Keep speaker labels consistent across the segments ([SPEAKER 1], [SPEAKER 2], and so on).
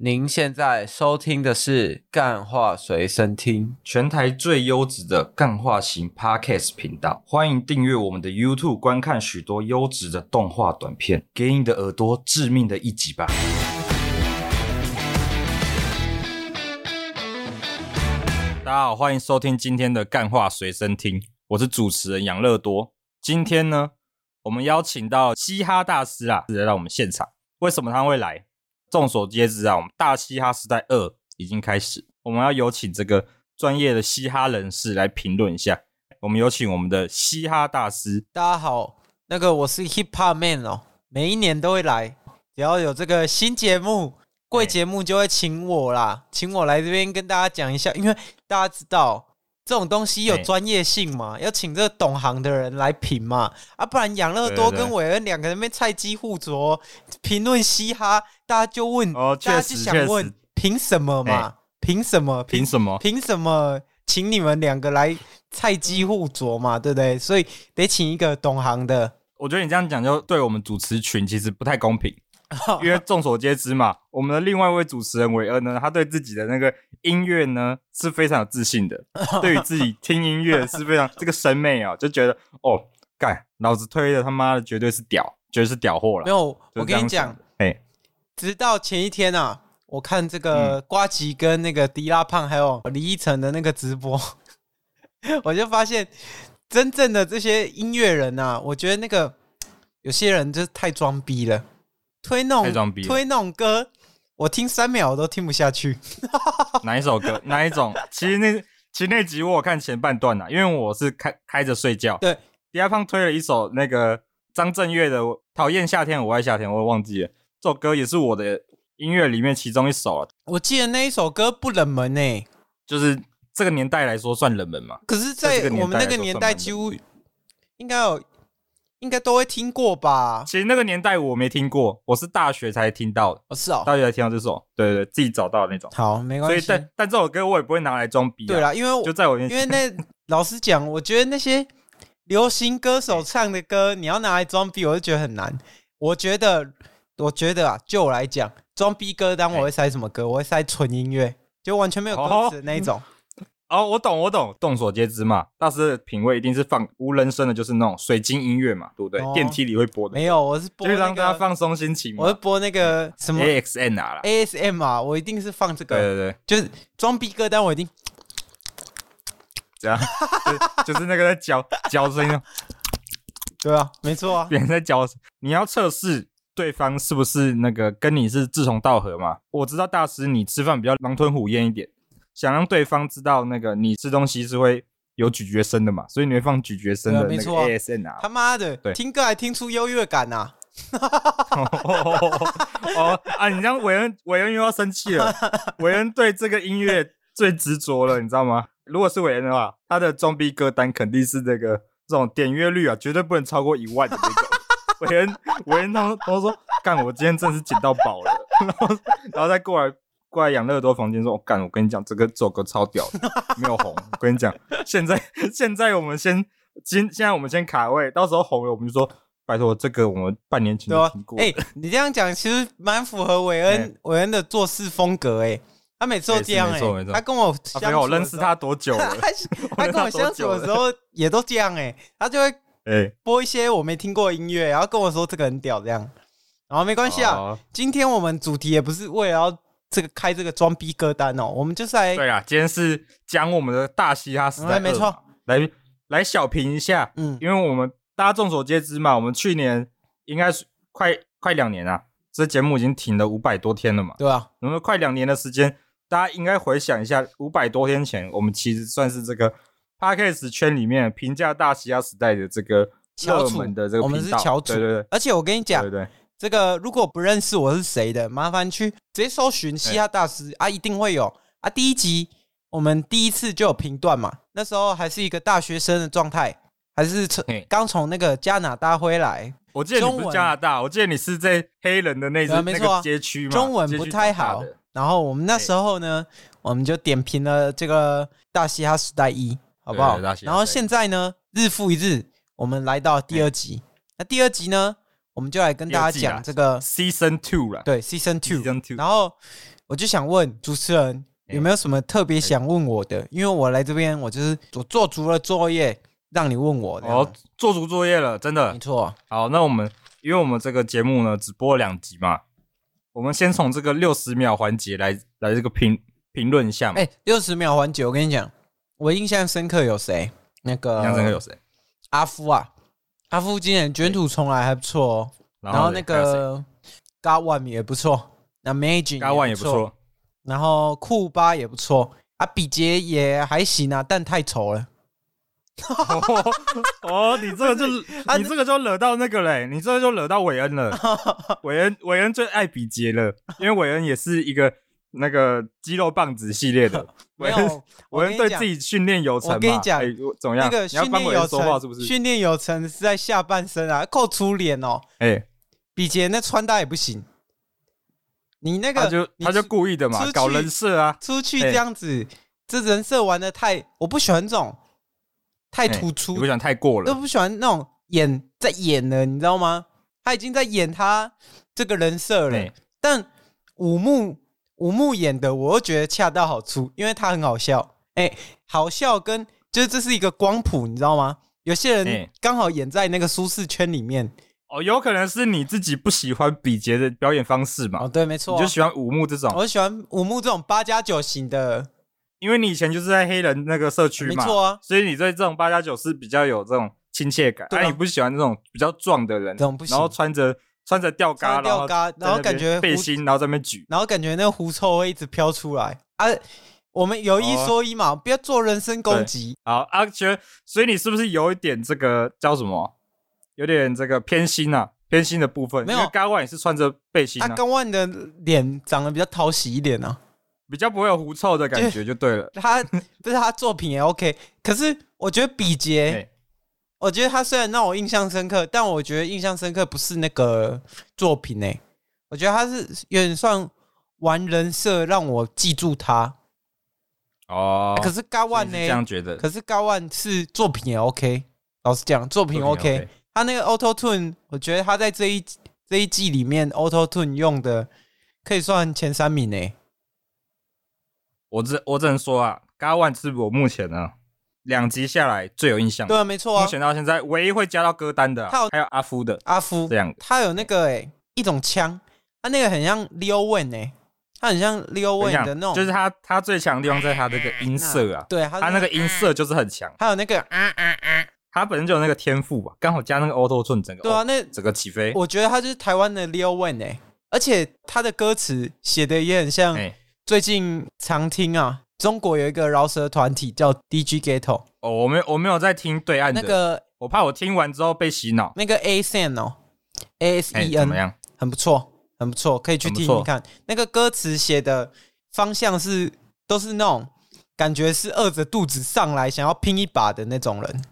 [SPEAKER 1] 您现在收听的是《干话随身听
[SPEAKER 2] 全台最优质的干化型 Podcast 频道，欢迎订阅我们的 YouTube，观看许多优质的动画短片，给你的耳朵致命的一击吧！大家好，欢迎收听今天的干话随身听，我是主持人杨乐多。今天呢，我们邀请到嘻哈大师啊，来到我们现场。为什么他会来？众所皆知啊，我们大嘻哈时代二已经开始，我们要有请这个专业的嘻哈人士来评论一下。我们有请我们的嘻哈大师》。
[SPEAKER 3] 大家好，那个我是 Hip Hop Man 哦，每一年都会来，只要有这个新节目、贵节目就会请我啦，请我来这边跟大家讲一下，因为大家知道这种东西有
[SPEAKER 2] 哎
[SPEAKER 3] 专业性嘛，要请这个懂行的人来评嘛，啊，不然养乐多
[SPEAKER 2] 对对
[SPEAKER 3] 跟韦恩两个人被菜鸡互啄，评论嘻哈，大家就问，
[SPEAKER 2] 哦
[SPEAKER 3] 大家
[SPEAKER 2] 确
[SPEAKER 3] 就
[SPEAKER 2] 实
[SPEAKER 3] 想
[SPEAKER 2] 确
[SPEAKER 3] 问
[SPEAKER 2] 实，哎
[SPEAKER 3] 凭什么嘛？凭什么？
[SPEAKER 2] 凭什么？
[SPEAKER 3] 凭什么请你们两个来菜鸡互啄嘛，对不对？所以得请一个懂行的。
[SPEAKER 2] 我觉得你这样讲就对我们主持群其实不太公 平，因为众所皆知嘛，我们的另外一位主持人韦恩呢，他对自己的那个音乐呢是非常有自信 的，对于自己听音乐是非常这个审美啊，就觉得哦，干，老子推的他妈的绝对是屌，绝对是屌货了。
[SPEAKER 3] 没有，
[SPEAKER 2] 就是
[SPEAKER 3] 我
[SPEAKER 2] 这
[SPEAKER 3] 跟
[SPEAKER 2] 样
[SPEAKER 3] 你
[SPEAKER 2] 想
[SPEAKER 3] 讲
[SPEAKER 2] 的，，哎、
[SPEAKER 3] 直到前一天啊，我看这个瓜吉跟那个迪拉胖还有李依晨的那个直播， 我就发现真正的这些音乐人啊，我觉得那个有些人就是太装逼了，推那
[SPEAKER 2] 太装
[SPEAKER 3] 种
[SPEAKER 2] 逼了
[SPEAKER 3] 推那种歌，我听三秒我都听不下去。
[SPEAKER 2] 哪一首歌， 哪一种？其实那其实那集我有看前半段啦，啊因为我是开开着睡觉。
[SPEAKER 3] 对，
[SPEAKER 2] 迪亚胖推了一首那个张震岳的《讨厌夏天，我爱夏天》，我忘记了这首歌也是我的音乐里面其中一首了，
[SPEAKER 3] 我记得那一首歌不冷门呢、欸
[SPEAKER 2] 就是这个年代来说算冷门嘛。
[SPEAKER 3] 可是，
[SPEAKER 2] 在这个
[SPEAKER 3] 在
[SPEAKER 2] 年代
[SPEAKER 3] 我们那个年代，几乎应该有，应该都会听过吧？
[SPEAKER 2] 其实那个年代我没听过，我是大学才听到的，
[SPEAKER 3] 哦，是哦，
[SPEAKER 2] 大学才听到这首，对对对，自己找到的那种。
[SPEAKER 3] 好，没
[SPEAKER 2] 所
[SPEAKER 3] 关
[SPEAKER 2] 以，
[SPEAKER 3] 系。
[SPEAKER 2] 但但这首歌我也不会拿来装逼、啊。
[SPEAKER 3] 对，啦，因为我
[SPEAKER 2] 就在我面
[SPEAKER 3] 因
[SPEAKER 2] 前。
[SPEAKER 3] 为 那老实讲，我觉得那些流行歌手唱的歌，你要拿来装逼，我就觉得很难。我觉得，我觉得啊，就我来讲，装逼歌
[SPEAKER 2] 哎
[SPEAKER 3] 单我会塞什么歌？我会塞纯音乐，就完全没有歌词的那一种。
[SPEAKER 2] 哦，我懂，我懂，众所皆知嘛。大师的品味一定是放无人声的，就是那种水晶音乐嘛，对不对？
[SPEAKER 3] 哦
[SPEAKER 2] 电梯里会播的，
[SPEAKER 3] 没有，我是播
[SPEAKER 2] 就是
[SPEAKER 3] 那
[SPEAKER 2] 让大家
[SPEAKER 3] 个，
[SPEAKER 2] 放松心情嘛。
[SPEAKER 3] 我是播那个什么
[SPEAKER 2] AXN 啊啦，
[SPEAKER 3] ASM 啊，我一定是放这
[SPEAKER 2] 对
[SPEAKER 3] 个，
[SPEAKER 2] 对对，
[SPEAKER 3] 就是装逼歌单，我一定
[SPEAKER 2] 这样就就是那个在嚼嚼声音，
[SPEAKER 3] 对啊，没错啊。
[SPEAKER 2] 别人在嚼。你要测试对方是不是那个跟你是志同道合嘛？我知道大师你吃饭比较狼吞虎咽一点，想让对方知道那个你吃东西是会有咀嚼声的嘛，所以你会放咀嚼声
[SPEAKER 3] 对啊
[SPEAKER 2] 的那
[SPEAKER 3] 没
[SPEAKER 2] 个
[SPEAKER 3] 错啊
[SPEAKER 2] ASN 啊。
[SPEAKER 3] 他妈的
[SPEAKER 2] 对，
[SPEAKER 3] 听歌还听出优越感啊呐、
[SPEAKER 2] 哦哦啊！你这样韦恩韦恩又要生气了。韦恩对这个音乐最执着了，你知道吗？如果是韦恩的话，他的装逼歌单肯定是那个这种点阅率啊，绝对不能超过一万的那种。韦恩韦恩他他说干，我今天真是捡到宝了，然后然后再过来。过来养乐多房间说：“我、干，我跟你讲，这个这首歌超屌的，没有红。我跟你讲，现在现在我们先今现在我们先卡位，到时候红了我们就说，拜托，这个我们半年前
[SPEAKER 3] 对
[SPEAKER 2] 就
[SPEAKER 3] 吧
[SPEAKER 2] 嗯听过。”、
[SPEAKER 3] 哎、你这样讲其实蛮符合 韦恩韦、恩的做事风格哎、他每次都这样
[SPEAKER 2] 哎
[SPEAKER 3] 哎、
[SPEAKER 2] 是没错没错
[SPEAKER 3] 他跟我
[SPEAKER 2] 啊
[SPEAKER 3] 相
[SPEAKER 2] 没
[SPEAKER 3] 处、
[SPEAKER 2] 有，我认识他，多久了？
[SPEAKER 3] 他他跟我相处的时候也都这样哎、他就会
[SPEAKER 2] 哎、
[SPEAKER 3] 播一些我没听过的音乐，然后跟我说这个很屌这样，然后没关系啊、
[SPEAKER 2] 哦
[SPEAKER 3] 今天我们主题也不是为了要这个开这个装逼歌单哦，我们就是来
[SPEAKER 2] 对啦，啊今天是讲我们的大嘻哈时代、
[SPEAKER 3] 嗯没错，
[SPEAKER 2] 来来小评一下，
[SPEAKER 3] 嗯
[SPEAKER 2] 因为我们大家众所皆知嘛，我们去年应该是快快两年啊，这节目已经停了五百多天了嘛，
[SPEAKER 3] 对啊，
[SPEAKER 2] 那么快两年的时间，大家应该回想一下，五百多天前，我们其实算是这个 podcast 圈里面评价大嘻哈时代的这个
[SPEAKER 3] 翘
[SPEAKER 2] 热
[SPEAKER 3] 楚
[SPEAKER 2] 门的这个
[SPEAKER 3] 我们
[SPEAKER 2] 频
[SPEAKER 3] 是
[SPEAKER 2] 道
[SPEAKER 3] 翘楚
[SPEAKER 2] 对对
[SPEAKER 3] 而且啊我跟你
[SPEAKER 2] 对
[SPEAKER 3] 讲
[SPEAKER 2] 对，对，
[SPEAKER 3] 这个如果不认识我是谁的，麻烦去直接搜寻嘻哈大师、啊，一定会有啊。第一集我们第一次就有评断嘛，那时候还是一个大学生的状态，还是从
[SPEAKER 2] 嘿
[SPEAKER 3] 刚从那个加拿大回来，
[SPEAKER 2] 我记得你
[SPEAKER 3] 中
[SPEAKER 2] 不是
[SPEAKER 3] 文
[SPEAKER 2] 加拿大，我记得你是在黑人的那、
[SPEAKER 3] 对啊没
[SPEAKER 2] 那
[SPEAKER 3] 错啊
[SPEAKER 2] 个街区嘛，
[SPEAKER 3] 中文
[SPEAKER 2] 街区
[SPEAKER 3] 不太
[SPEAKER 2] 长大
[SPEAKER 3] 好
[SPEAKER 2] 的。
[SPEAKER 3] 然后我们那时候呢，我们就点评了这个大嘻哈时代一，好不好
[SPEAKER 2] 对大嘻？哈
[SPEAKER 3] 然
[SPEAKER 2] 时
[SPEAKER 3] 后
[SPEAKER 2] 代一
[SPEAKER 3] 现在呢，日复一日，我们来到第二集。那第二集呢，我们就来跟
[SPEAKER 2] 第二
[SPEAKER 3] 大家
[SPEAKER 2] 季啦
[SPEAKER 3] 讲这个
[SPEAKER 2] Season Two 啦，
[SPEAKER 3] 对 Season Two。
[SPEAKER 2] ，Season Two，哎
[SPEAKER 3] 然后我就想问主持人有没有什么特别想问我的？因为我来这边，我就是我做足了作业，让你问我的。
[SPEAKER 2] 哦，做足作业了，真的
[SPEAKER 3] 没。错，
[SPEAKER 2] 好，那我们因为我们这个节目呢，只播了两集嘛，我们先从这个六十秒环节来来这个评评论一下嘛。
[SPEAKER 3] 哎，六十秒环节，我跟你讲，我印象深刻有谁？那个
[SPEAKER 2] 杨森哥有谁？
[SPEAKER 3] 阿夫啊，阿夫今年卷土重来还不错哦。
[SPEAKER 2] 哎
[SPEAKER 3] 然后
[SPEAKER 2] 嘞
[SPEAKER 3] 那
[SPEAKER 2] 还有谁
[SPEAKER 3] 个 g a w a n 也不错，那 Magic
[SPEAKER 2] Gawan 也不，错，
[SPEAKER 3] 然后库巴也不错，啊，比杰也还行啊，但太丑了。
[SPEAKER 2] 哦，你这个就
[SPEAKER 3] 啊
[SPEAKER 2] 你这个就惹到那个嘞，你这个就惹到韦恩 了。韦恩韦恩最爱比杰了，因为韦恩也是一个那个肌肉棒子系列的。
[SPEAKER 3] 没
[SPEAKER 2] 韦恩
[SPEAKER 3] 有，
[SPEAKER 2] 韦
[SPEAKER 3] 我
[SPEAKER 2] 恩
[SPEAKER 3] 跟
[SPEAKER 2] 对
[SPEAKER 3] 你讲
[SPEAKER 2] 自，己训练有成嘛。
[SPEAKER 3] 我跟你讲
[SPEAKER 2] 哎怎么样？
[SPEAKER 3] 那个
[SPEAKER 2] 你要
[SPEAKER 3] 训
[SPEAKER 2] 帮
[SPEAKER 3] 练
[SPEAKER 2] 韦
[SPEAKER 3] 有
[SPEAKER 2] 恩说话
[SPEAKER 3] 成，
[SPEAKER 2] 是不是？
[SPEAKER 3] 训练有成是在下半身啊，扣出脸哦。
[SPEAKER 2] 哎，
[SPEAKER 3] 比杰那穿搭也不行，你那
[SPEAKER 2] 他
[SPEAKER 3] 个
[SPEAKER 2] 就
[SPEAKER 3] 你
[SPEAKER 2] 他就
[SPEAKER 3] 出
[SPEAKER 2] 故意的
[SPEAKER 3] 出
[SPEAKER 2] 嘛，
[SPEAKER 3] 去
[SPEAKER 2] 搞人设啊。
[SPEAKER 3] 出去
[SPEAKER 2] 哎
[SPEAKER 3] 这样子，这人设玩的太，我不喜欢这种太
[SPEAKER 2] 哎
[SPEAKER 3] 突
[SPEAKER 2] 你
[SPEAKER 3] 出
[SPEAKER 2] 不想太过
[SPEAKER 3] 都
[SPEAKER 2] 了。
[SPEAKER 3] 不喜欢那种演在演了，你知道吗？他已经在演他这个人设了。
[SPEAKER 2] 哎
[SPEAKER 3] 但五木五木演的，我又觉得恰到好处，因为他很好笑。哎、好笑跟就是这是一个光谱，你知道吗？有些人
[SPEAKER 2] 哎
[SPEAKER 3] 刚好演在那个舒适圈里面。
[SPEAKER 2] 哦，有可能是你自己不喜欢比杰的表演方式嘛，
[SPEAKER 3] 哦，对，没错
[SPEAKER 2] 你
[SPEAKER 3] 啊、
[SPEAKER 2] 就喜欢五木这种，
[SPEAKER 3] 我喜欢五木这种八加九型的，
[SPEAKER 2] 因为你以前就是在黑人那个社区
[SPEAKER 3] 没
[SPEAKER 2] 嘛，
[SPEAKER 3] 错啊，
[SPEAKER 2] 所以你对这种八加九是比较有这种亲切感，
[SPEAKER 3] 对
[SPEAKER 2] 但、
[SPEAKER 3] 啊
[SPEAKER 2] 你不喜欢这种比较壮的人，
[SPEAKER 3] 这种不行
[SPEAKER 2] 然后穿着穿着吊嘎，
[SPEAKER 3] 穿吊嘎
[SPEAKER 2] 然后在那边
[SPEAKER 3] 然后感觉
[SPEAKER 2] 背心，然后在那边举，
[SPEAKER 3] 然后感觉那个狐臭会一直飘出来啊。我们有一
[SPEAKER 2] 哦
[SPEAKER 3] 说一嘛，不要做人身攻
[SPEAKER 2] 对
[SPEAKER 3] 击。
[SPEAKER 2] 好啊，觉得所以你是不是有一点这个叫什么，有点这个偏心啊，偏心的部分，
[SPEAKER 3] 没有
[SPEAKER 2] 因为嘎万也是穿着背心
[SPEAKER 3] 啊，
[SPEAKER 2] 啊，
[SPEAKER 3] 刚万的脸长得比较讨喜一点啊。
[SPEAKER 2] 比较不会有狐臭的感觉就对了，
[SPEAKER 3] 他不是他作品也 OK，可是我觉得比
[SPEAKER 2] 哎、
[SPEAKER 3] 杰，我觉得他虽然让我印象深刻，但我觉得印象深刻不是那个作品诶、我觉得他是有点算玩人设让我记住他。
[SPEAKER 2] 哦，
[SPEAKER 3] 可是高
[SPEAKER 2] 所以
[SPEAKER 3] 万
[SPEAKER 2] 是
[SPEAKER 3] 呢？
[SPEAKER 2] 这样觉得，
[SPEAKER 3] 可是高万是作品也 OK，老实讲，作品 OK，,
[SPEAKER 2] 作品
[SPEAKER 3] 他那个 Auto Tune，我觉得他在这一这一季里面 Auto Tune 用的可以算前三名诶、欸
[SPEAKER 2] 嗯我只我只能说啊，嘎万是我目前呢两集下来最有印象的，
[SPEAKER 3] 对啊，没错啊
[SPEAKER 2] 目，前到现在唯一会加到歌单的
[SPEAKER 3] 他
[SPEAKER 2] 啊
[SPEAKER 3] 有，
[SPEAKER 2] 还有阿夫的
[SPEAKER 3] 阿夫
[SPEAKER 2] 这样，
[SPEAKER 3] 他有那个哎、一种枪，他那个很像 Leo Wen 哎、他很像 Leo
[SPEAKER 2] 我
[SPEAKER 3] Wen
[SPEAKER 2] 想
[SPEAKER 3] 的那种，
[SPEAKER 2] 就是他他最强的地方在他这个音色啊，
[SPEAKER 3] 对，他
[SPEAKER 2] 他那个啊音色就是很强，
[SPEAKER 3] 还有那个
[SPEAKER 2] 他本身就有那个天赋啊吧，刚好加那个 auto tune 整个哦
[SPEAKER 3] 对啊，那
[SPEAKER 2] 整个起飞，
[SPEAKER 3] 我觉得他就是台湾的 Leo Wen 哎、而且他的歌词写的也很像
[SPEAKER 2] 哎
[SPEAKER 3] 最近常听啊，中国有一个饶舌团体叫 DG Ghetto，
[SPEAKER 2] 哦，我没有我没有在听对岸
[SPEAKER 3] 那
[SPEAKER 2] 的，
[SPEAKER 3] 个
[SPEAKER 2] 我怕我听完之后被洗脑，
[SPEAKER 3] 那个 A Sen 哦，A S
[SPEAKER 2] 哎
[SPEAKER 3] E
[SPEAKER 2] 怎么
[SPEAKER 3] N
[SPEAKER 2] 样？
[SPEAKER 3] 很不错，很不错，可以去听听看。那个歌词写的方向是都是那种感觉是饿着肚子上来想要拼一把的那种人，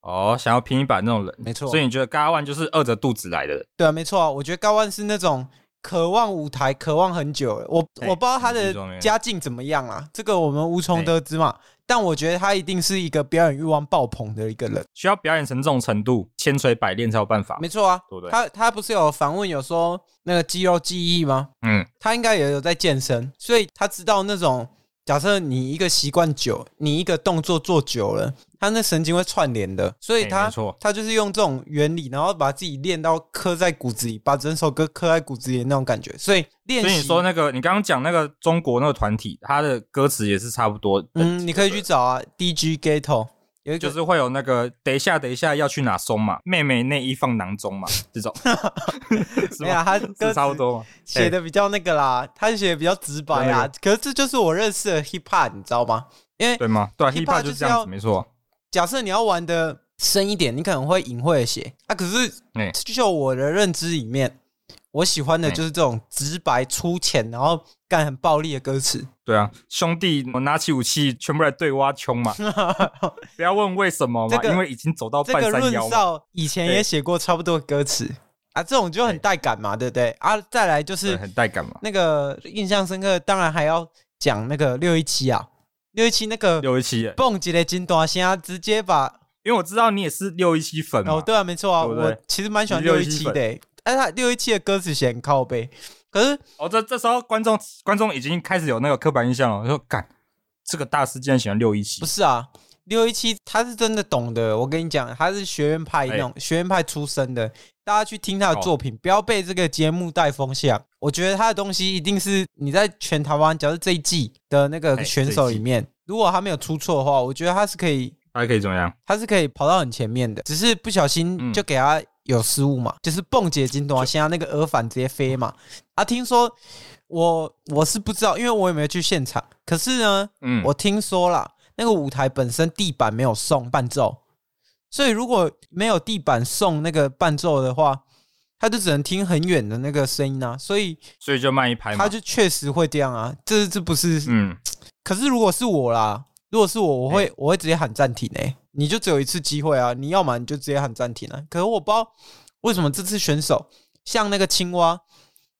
[SPEAKER 2] 哦，想要拼一把那种人，
[SPEAKER 3] 没错
[SPEAKER 2] 所以你觉得嘎万就是饿着肚子来的人？
[SPEAKER 3] 对啊，没错啊。我觉得高万是那种渴望舞台、渴望很久了。我
[SPEAKER 2] 哎
[SPEAKER 3] 我不知道他
[SPEAKER 2] 你
[SPEAKER 3] 的
[SPEAKER 2] 这种人
[SPEAKER 3] 家境怎么样啊，这个我们无从得知嘛。但我觉得他一定是一个表演欲望爆棚的一个人，
[SPEAKER 2] 需要表演成这种程度，千锤百炼才有办法。
[SPEAKER 3] 没错啊
[SPEAKER 2] 对不。对
[SPEAKER 3] 他他不是有访问有说那个肌肉记忆吗？
[SPEAKER 2] 嗯，
[SPEAKER 3] 他应该也有在健身，所以他知道那种假设你一个习惯久，你一个动作做久了，他那神经会串联的，所以
[SPEAKER 2] 哎
[SPEAKER 3] 他、
[SPEAKER 2] 没错
[SPEAKER 3] 他就是用这种原理，然后把自己练到刻在骨子里，把整首歌刻在骨子里的那种感觉。所以练习，
[SPEAKER 2] 所以你说那个，你刚刚讲那个中国那个团体，他的歌词也是差不多的，呃
[SPEAKER 3] 嗯，你可以去找啊，DG Ghetto 有一个，
[SPEAKER 2] 就是会有那个等一下，等一下要去哪松嘛，妹妹内衣放囊中嘛， 这 种是吗？
[SPEAKER 3] 没有、啊、他
[SPEAKER 2] 是
[SPEAKER 3] 哎歌
[SPEAKER 2] 差不
[SPEAKER 3] 词
[SPEAKER 2] 多吗？哎
[SPEAKER 3] 写的比较那个啦，他写的比较直白啦。可是这就是我认识的 hip hop，你知道吗？因为
[SPEAKER 2] 对吗？对啊
[SPEAKER 3] hip-hop
[SPEAKER 2] ，hiphop 就
[SPEAKER 3] 就是
[SPEAKER 2] 这样
[SPEAKER 3] 要
[SPEAKER 2] 子，没错。
[SPEAKER 3] 假设你要玩的深一点，你可能会隐晦的写啊。可是
[SPEAKER 2] 哎，
[SPEAKER 3] 就我的认知里面，我喜欢的就是这种直白、粗浅，然后干很暴力的 歌词。
[SPEAKER 2] 对啊，兄弟，我拿起武器，全部来对挖穷 嘛，不要问为什么嘛，
[SPEAKER 3] 这个
[SPEAKER 2] 因为已经走到
[SPEAKER 3] 这
[SPEAKER 2] 半
[SPEAKER 3] 个
[SPEAKER 2] 山
[SPEAKER 3] 论
[SPEAKER 2] 腰嘛。
[SPEAKER 3] 少以前也写过差不多的歌词啊，这种就很带感嘛，对不对？啊，再来就
[SPEAKER 2] 哎对
[SPEAKER 3] 是
[SPEAKER 2] 很带感嘛，
[SPEAKER 3] 那个印象深刻，当然还要讲那个六一七啊，六一七那个
[SPEAKER 2] 六一七耶，
[SPEAKER 3] 蹦极的金短虾直接把
[SPEAKER 2] 因为我知道你也是六一七粉嘛
[SPEAKER 3] 哦哦，，对啊，没错啊，
[SPEAKER 2] 对不对
[SPEAKER 3] 我其实蛮喜欢
[SPEAKER 2] 你是617
[SPEAKER 3] 六一七的欸，但他六一七的歌词写很靠背，可是
[SPEAKER 2] 哦，这这时候观众观众已经开始有那个刻板印象了，说干这个大师竟然喜欢六一七
[SPEAKER 3] 不，是啊，六一七他是真的懂的，我跟你讲，他是学院派那种、学院派出身的。大家去听他的作品，不要被这个节目带风向。我觉得他的东西一定是你在全台湾，假如这一季的那个
[SPEAKER 2] 哎
[SPEAKER 3] 选手里面，如果他没有出错的话，我觉得他是可以，
[SPEAKER 2] 还可以怎么样？
[SPEAKER 3] 他是可以跑到很前面的。只是不小心
[SPEAKER 2] 嗯
[SPEAKER 3] 就给他有失误嘛，就是蹦姐金短现在那个耳返直接飞嘛。啊，听说我我是不知道，因为我也没有去现场。可是呢，
[SPEAKER 2] 嗯，
[SPEAKER 3] 我听说啦，那个舞台本身地板没有送伴奏，所以如果没有地板送那个伴奏的话，他就只能听很远的那个声音啊，所以
[SPEAKER 2] 所以就慢一拍嘛
[SPEAKER 3] 他。就确实会这样啊。这这不是？
[SPEAKER 2] 嗯，
[SPEAKER 3] 可是如果是我啦，如果是我，我
[SPEAKER 2] 哎
[SPEAKER 3] 会我会直接喊暂停诶、欸你就只有一次机会啊，你要么你就直接喊暂停啊。可是我不知道为什么这次选手像那个青蛙，